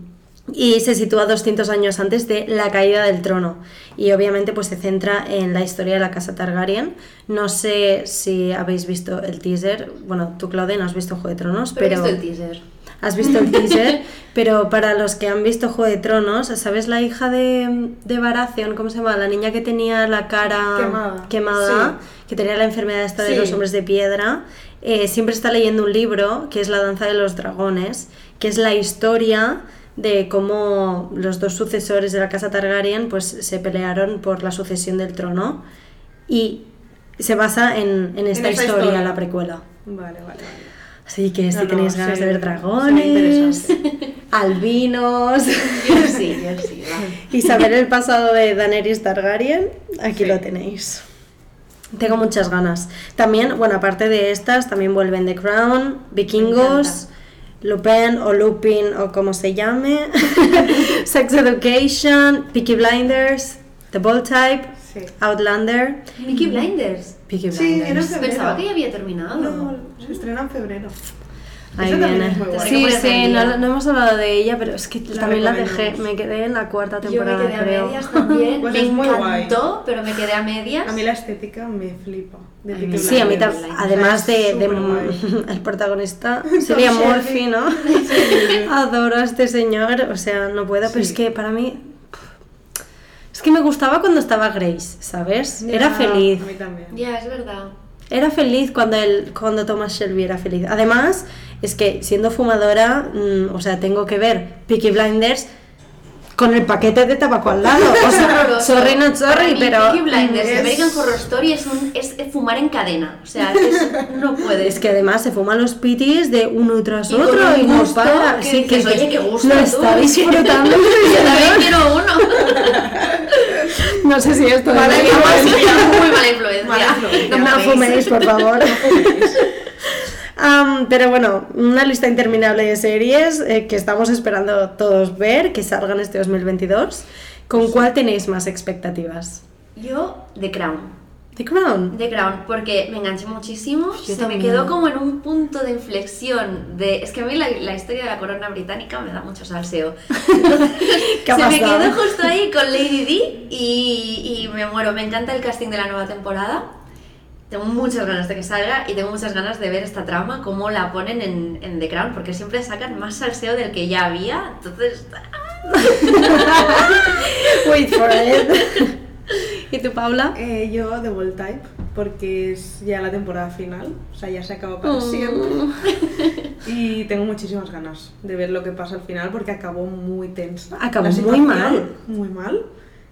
Speaker 2: y se sitúa 200 años antes de la caída del trono. Y obviamente pues se centra en la historia de la casa Targaryen. No sé si habéis visto el teaser, bueno, tú Claudia no has visto Juego de Tronos,
Speaker 5: Pero he
Speaker 2: pero...
Speaker 5: visto el teaser.
Speaker 2: Has visto el teaser, pero para los que han visto Juego de Tronos, ¿sabes la hija de, de Baratheon? ¿Cómo se llama? La niña que tenía la cara
Speaker 4: Quemada.
Speaker 2: quemada,
Speaker 4: Sí.
Speaker 2: que tenía la enfermedad esta de
Speaker 4: Sí.
Speaker 2: los hombres de piedra. eh, siempre está leyendo un libro que es La danza de los dragones, que es la historia de cómo los dos sucesores de la casa Targaryen pues se pelearon por la sucesión del trono y se basa en, en esta
Speaker 4: esa
Speaker 2: historia,
Speaker 4: historia.
Speaker 2: la precuela.
Speaker 4: Vale, vale, vale.
Speaker 2: Así que si
Speaker 4: No, no,
Speaker 2: tenéis ganas
Speaker 4: sí,
Speaker 2: de ver
Speaker 4: sí,
Speaker 2: dragones,
Speaker 4: interesante.
Speaker 2: albinos
Speaker 5: Yo sí, yo sí. va.
Speaker 2: y saber el pasado de Daenerys Targaryen, aquí lo tenéis. Tengo muchas ganas. También, bueno, aparte de estas, también vuelven The Crown, Vikingos, Lupin o Lupin o como se llame, Sex Education, Peaky Blinders, The Bold Type,
Speaker 4: Sí.
Speaker 2: Outlander,
Speaker 5: Peaky Blinders.
Speaker 2: Peaky
Speaker 4: Sí,
Speaker 2: Blinders.
Speaker 4: era febrero.
Speaker 5: Pensaba que ya había terminado.
Speaker 4: No, se estrena en febrero.
Speaker 2: Ahí
Speaker 4: Esa también
Speaker 2: viene.
Speaker 4: es muy guay.
Speaker 2: Sí,
Speaker 5: Te pones
Speaker 2: sí,
Speaker 5: al
Speaker 2: no,
Speaker 5: día.
Speaker 2: no hemos hablado de ella, pero es que
Speaker 4: La
Speaker 2: también la dejé.
Speaker 4: recomendamos.
Speaker 2: Me quedé en la cuarta
Speaker 5: Yo me
Speaker 2: temporada,
Speaker 5: quedé a
Speaker 2: creo.
Speaker 5: medias también.
Speaker 4: Pues
Speaker 5: me
Speaker 4: es muy guay.
Speaker 5: encantó, pero me quedé a medias.
Speaker 4: A mí la estética me flipa. de
Speaker 5: Ay,
Speaker 4: Peaky
Speaker 5: mira.
Speaker 2: Sí, a mí
Speaker 4: Blinders.
Speaker 2: también.
Speaker 5: Blinders.
Speaker 2: Además de,
Speaker 4: Es
Speaker 2: de
Speaker 4: superguay.
Speaker 2: el protagonista, sería
Speaker 4: Shelby.
Speaker 2: Murphy, ¿no? Adoro a este señor, o sea, no puedo, pero es
Speaker 4: Sí.
Speaker 2: que para mí. Es que me gustaba cuando estaba Grace, ¿sabes? Era
Speaker 4: Ya,
Speaker 2: feliz.
Speaker 4: A mí también.
Speaker 5: Ya, es verdad.
Speaker 2: Era feliz cuando él, cuando Thomas Shelby era feliz. Además, es que siendo fumadora, mm, o sea, tengo que ver Peaky Blinders con el paquete de tabaco al lado. O sea,
Speaker 5: Horroroso.
Speaker 2: sorry, not
Speaker 5: Para
Speaker 2: sorry,
Speaker 5: mí,
Speaker 2: pero
Speaker 5: Peaky Blinders,
Speaker 4: es-
Speaker 5: American Horror Story es, un, es fumar en cadena. O sea, es- no puedes.
Speaker 2: es que además se fuman los pitis de uno tras
Speaker 5: Y con
Speaker 2: otro
Speaker 5: un
Speaker 2: y no
Speaker 5: gusto
Speaker 2: para.
Speaker 5: que dices, "Oye, qué gusto
Speaker 2: Lo
Speaker 5: tú".
Speaker 2: está disfrutando.
Speaker 5: Yo también quiero uno.
Speaker 2: No sé si esto
Speaker 5: Mala
Speaker 2: es
Speaker 5: influencia, muy mala influencia.
Speaker 4: Mala influencia.
Speaker 5: No
Speaker 2: No
Speaker 5: fuméis.
Speaker 2: fuméis, por favor. Am, pero bueno, una lista interminable de series eh, que estamos esperando todos ver, que salgan este 2022. ¿Con cuál tenéis más expectativas?
Speaker 5: Yo, The Crown.
Speaker 2: The Crown.
Speaker 5: The Crown, porque me enganché muchísimo.
Speaker 2: Yo
Speaker 5: se
Speaker 2: también.
Speaker 5: me quedó como en un punto de inflexión. de Es que a mí la, la historia de la corona británica me da mucho salseo.
Speaker 2: ¿Qué ha
Speaker 5: se me
Speaker 2: pasado?
Speaker 5: quedó justo ahí con Lady D y, y me muero. Me encanta el casting de la nueva temporada. Tengo muchas ganas de que salga y tengo muchas ganas de ver esta trama, cómo la ponen en, en The Crown, porque siempre sacan más salseo del que ya había. Entonces,
Speaker 2: Wait for it. ¿Y tú, Paula?
Speaker 4: Eh, yo de World Type, porque es ya la temporada final, o sea, ya se acabó para
Speaker 2: Oh.
Speaker 4: siempre. Y tengo muchísimas ganas de ver lo que pasa al final, porque acabó muy tensa.
Speaker 2: Acabó
Speaker 4: la
Speaker 2: muy
Speaker 4: situación,
Speaker 2: mal.
Speaker 4: Muy mal.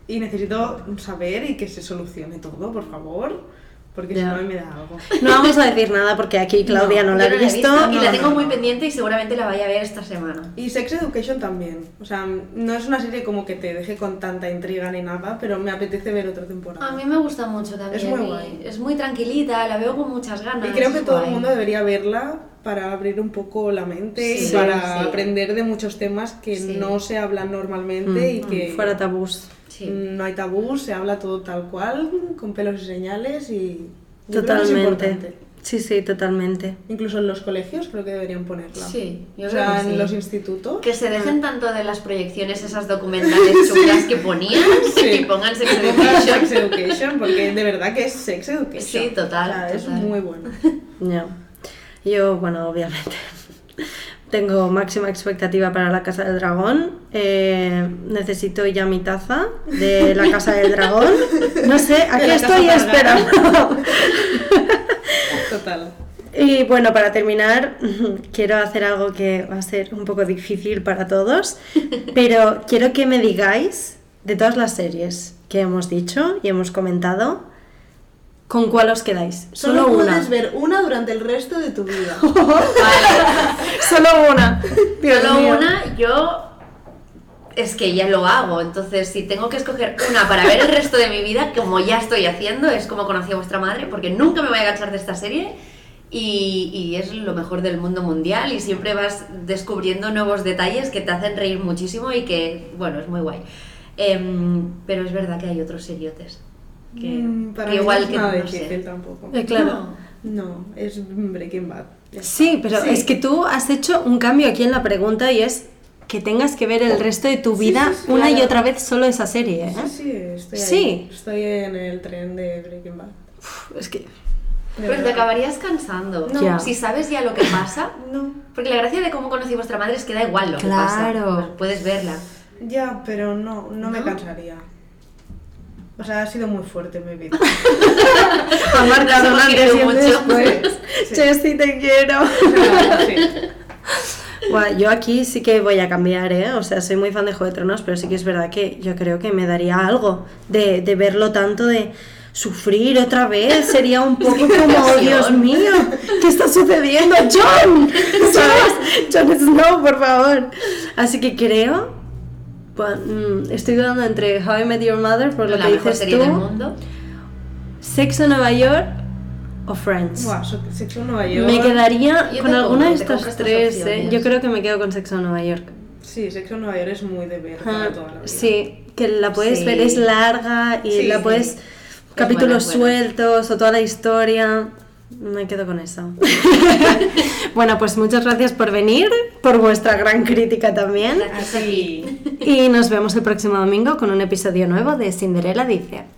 Speaker 4: Y necesito saber y que se solucione todo, por favor, porque
Speaker 2: Ya.
Speaker 4: si no me da algo.
Speaker 2: No vamos a decir nada porque aquí Claudia no, la ha
Speaker 5: yo
Speaker 2: visto.
Speaker 5: y
Speaker 4: no,
Speaker 5: la
Speaker 4: no,
Speaker 5: tengo
Speaker 4: no,
Speaker 5: muy
Speaker 4: no.
Speaker 5: pendiente y seguramente la vaya a ver esta semana.
Speaker 4: Y Sex Education también. O sea, no es una serie como que te deje con tanta intriga ni nada, pero me apetece ver otra temporada.
Speaker 5: A mí me gusta mucho también.
Speaker 4: Es muy
Speaker 5: y
Speaker 4: guay.
Speaker 5: Es muy tranquilita, la veo con muchas ganas.
Speaker 4: Y creo que
Speaker 5: es
Speaker 4: todo el
Speaker 5: guay.
Speaker 4: mundo debería verla para abrir un poco la mente
Speaker 5: Sí,
Speaker 4: y para
Speaker 5: sí.
Speaker 4: aprender de muchos temas que
Speaker 5: Sí.
Speaker 4: no se hablan normalmente y que
Speaker 2: Mm. Fuera tabús.
Speaker 5: Sí.
Speaker 4: mm, no hay tabú, se habla todo tal cual, con pelos y señales y yo creo que es
Speaker 2: Totalmente.
Speaker 4: importante.
Speaker 2: Sí, sí, totalmente.
Speaker 4: Incluso en los colegios creo que deberían ponerla.
Speaker 5: Sí, yo
Speaker 4: o sea,
Speaker 5: creo que
Speaker 4: en
Speaker 5: sí.
Speaker 4: los institutos.
Speaker 5: Que se dejen tanto de las proyecciones esas documentales chulas que ponían
Speaker 4: Sí.
Speaker 5: y pongan Sex
Speaker 4: Pongan Sex
Speaker 5: Education.
Speaker 4: Education, porque de verdad que es Sex Education.
Speaker 5: Sí, total,
Speaker 4: O sea, es
Speaker 5: total.
Speaker 4: muy bueno.
Speaker 2: Ya. Yo, bueno, obviamente. Tengo máxima expectativa para la Casa del Dragón. Eh, necesito ya mi taza de la Casa del Dragón. No sé, ¿a
Speaker 4: De
Speaker 2: qué
Speaker 4: la
Speaker 2: estoy
Speaker 4: Casa Targaryen.
Speaker 2: esperando?
Speaker 4: Total.
Speaker 2: Y bueno, para terminar, quiero hacer algo que va a ser un poco difícil para todos, pero quiero que me digáis, de todas las series que hemos dicho y hemos comentado, ¿con cuál os quedáis? Solo, una.
Speaker 4: ver una durante el resto de tu vida.
Speaker 2: Solo una. Dios
Speaker 5: Solo
Speaker 2: mío.
Speaker 5: una, yo. Es que ya lo hago, entonces si tengo que escoger una para ver el resto de mi vida, como ya estoy haciendo, es como conocí a vuestra madre, porque nunca me voy a cansar de esta serie y, y es lo mejor del mundo mundial y siempre vas descubriendo nuevos detalles que te hacen reír muchísimo y que, bueno, es muy guay. Em, pero es verdad que hay otros seriotes. Que,
Speaker 4: Mm, para
Speaker 5: que
Speaker 4: mí
Speaker 5: igual
Speaker 4: no es
Speaker 5: que
Speaker 4: nada
Speaker 5: no
Speaker 4: difícil
Speaker 5: sé.
Speaker 4: tampoco.
Speaker 2: Eh, claro.
Speaker 4: No, es Breaking Bad. Ya está.
Speaker 2: Sí, pero es que tú has hecho un cambio aquí en la pregunta y es que tengas que ver el resto de tu
Speaker 4: Sí,
Speaker 2: vida
Speaker 4: sí, sí,
Speaker 2: una y
Speaker 4: claro.
Speaker 2: otra vez solo esa serie. ¿eh?
Speaker 4: Sí, sí, estoy ahí.
Speaker 2: Sí.
Speaker 4: Estoy en el tren de Breaking Bad.
Speaker 2: Uf, es que
Speaker 4: De
Speaker 5: Pero Pues te
Speaker 4: verdad.
Speaker 5: acabarías cansando.
Speaker 2: No. Ya.
Speaker 5: Si sabes ya lo que pasa,
Speaker 4: No,
Speaker 5: Porque la gracia de cómo conocí a vuestra madre es que da igual lo que pasa.
Speaker 2: Claro.
Speaker 5: Puedes verla.
Speaker 4: ya, pero no, no, me
Speaker 5: ¿No?
Speaker 4: cansaría. O sea, ha sido muy fuerte mi vida.
Speaker 2: ha marcado un
Speaker 5: Nos hemos
Speaker 2: antes y un
Speaker 5: querido mucho.
Speaker 2: después.
Speaker 4: Sí.
Speaker 2: Chelsea, te quiero.
Speaker 4: O sea, sí.
Speaker 2: Buah, yo aquí sí que voy a cambiar, ¿eh? O sea, soy muy fan de Juego de Tronos, pero sí que es verdad que yo creo que me daría algo de, de verlo tanto, de sufrir otra vez. Sería un poco como, "Oh, Dios mío, ¿qué está sucediendo? ¡John! ¿Sabes? John Snow, por favor. Así que creo. buah, mm, Estoy dudando entre How I Met Your Mother, por lo
Speaker 5: la
Speaker 2: que
Speaker 5: mejor
Speaker 2: dices
Speaker 5: serie del
Speaker 2: tú,
Speaker 5: mundo.
Speaker 2: Sexo en Nueva York o Friends.
Speaker 4: Buah, so- sexo en Nueva York.
Speaker 2: Me quedaría
Speaker 5: Yo
Speaker 2: con
Speaker 5: te
Speaker 2: alguna de
Speaker 5: compro, te compro
Speaker 2: estas
Speaker 5: estas
Speaker 2: tres, ¿eh?
Speaker 5: opciones.
Speaker 2: Yo creo que me quedo con Sexo en Nueva York.
Speaker 4: Sí, sexo en Nueva York es muy de ver para
Speaker 2: Ah,
Speaker 4: toda la vida.
Speaker 2: Sí, que la puedes
Speaker 5: Sí.
Speaker 2: ver, es larga y
Speaker 4: Sí,
Speaker 2: la
Speaker 4: sí.
Speaker 2: puedes. capítulos
Speaker 5: buena, buena.
Speaker 2: sueltos o toda la historia. Me quedo con eso. bueno, pues muchas gracias por venir, por vuestra gran crítica también.
Speaker 5: Gracias a ti.
Speaker 4: Así.
Speaker 2: Y nos vemos el próximo domingo con un episodio nuevo de Cinderella Dice.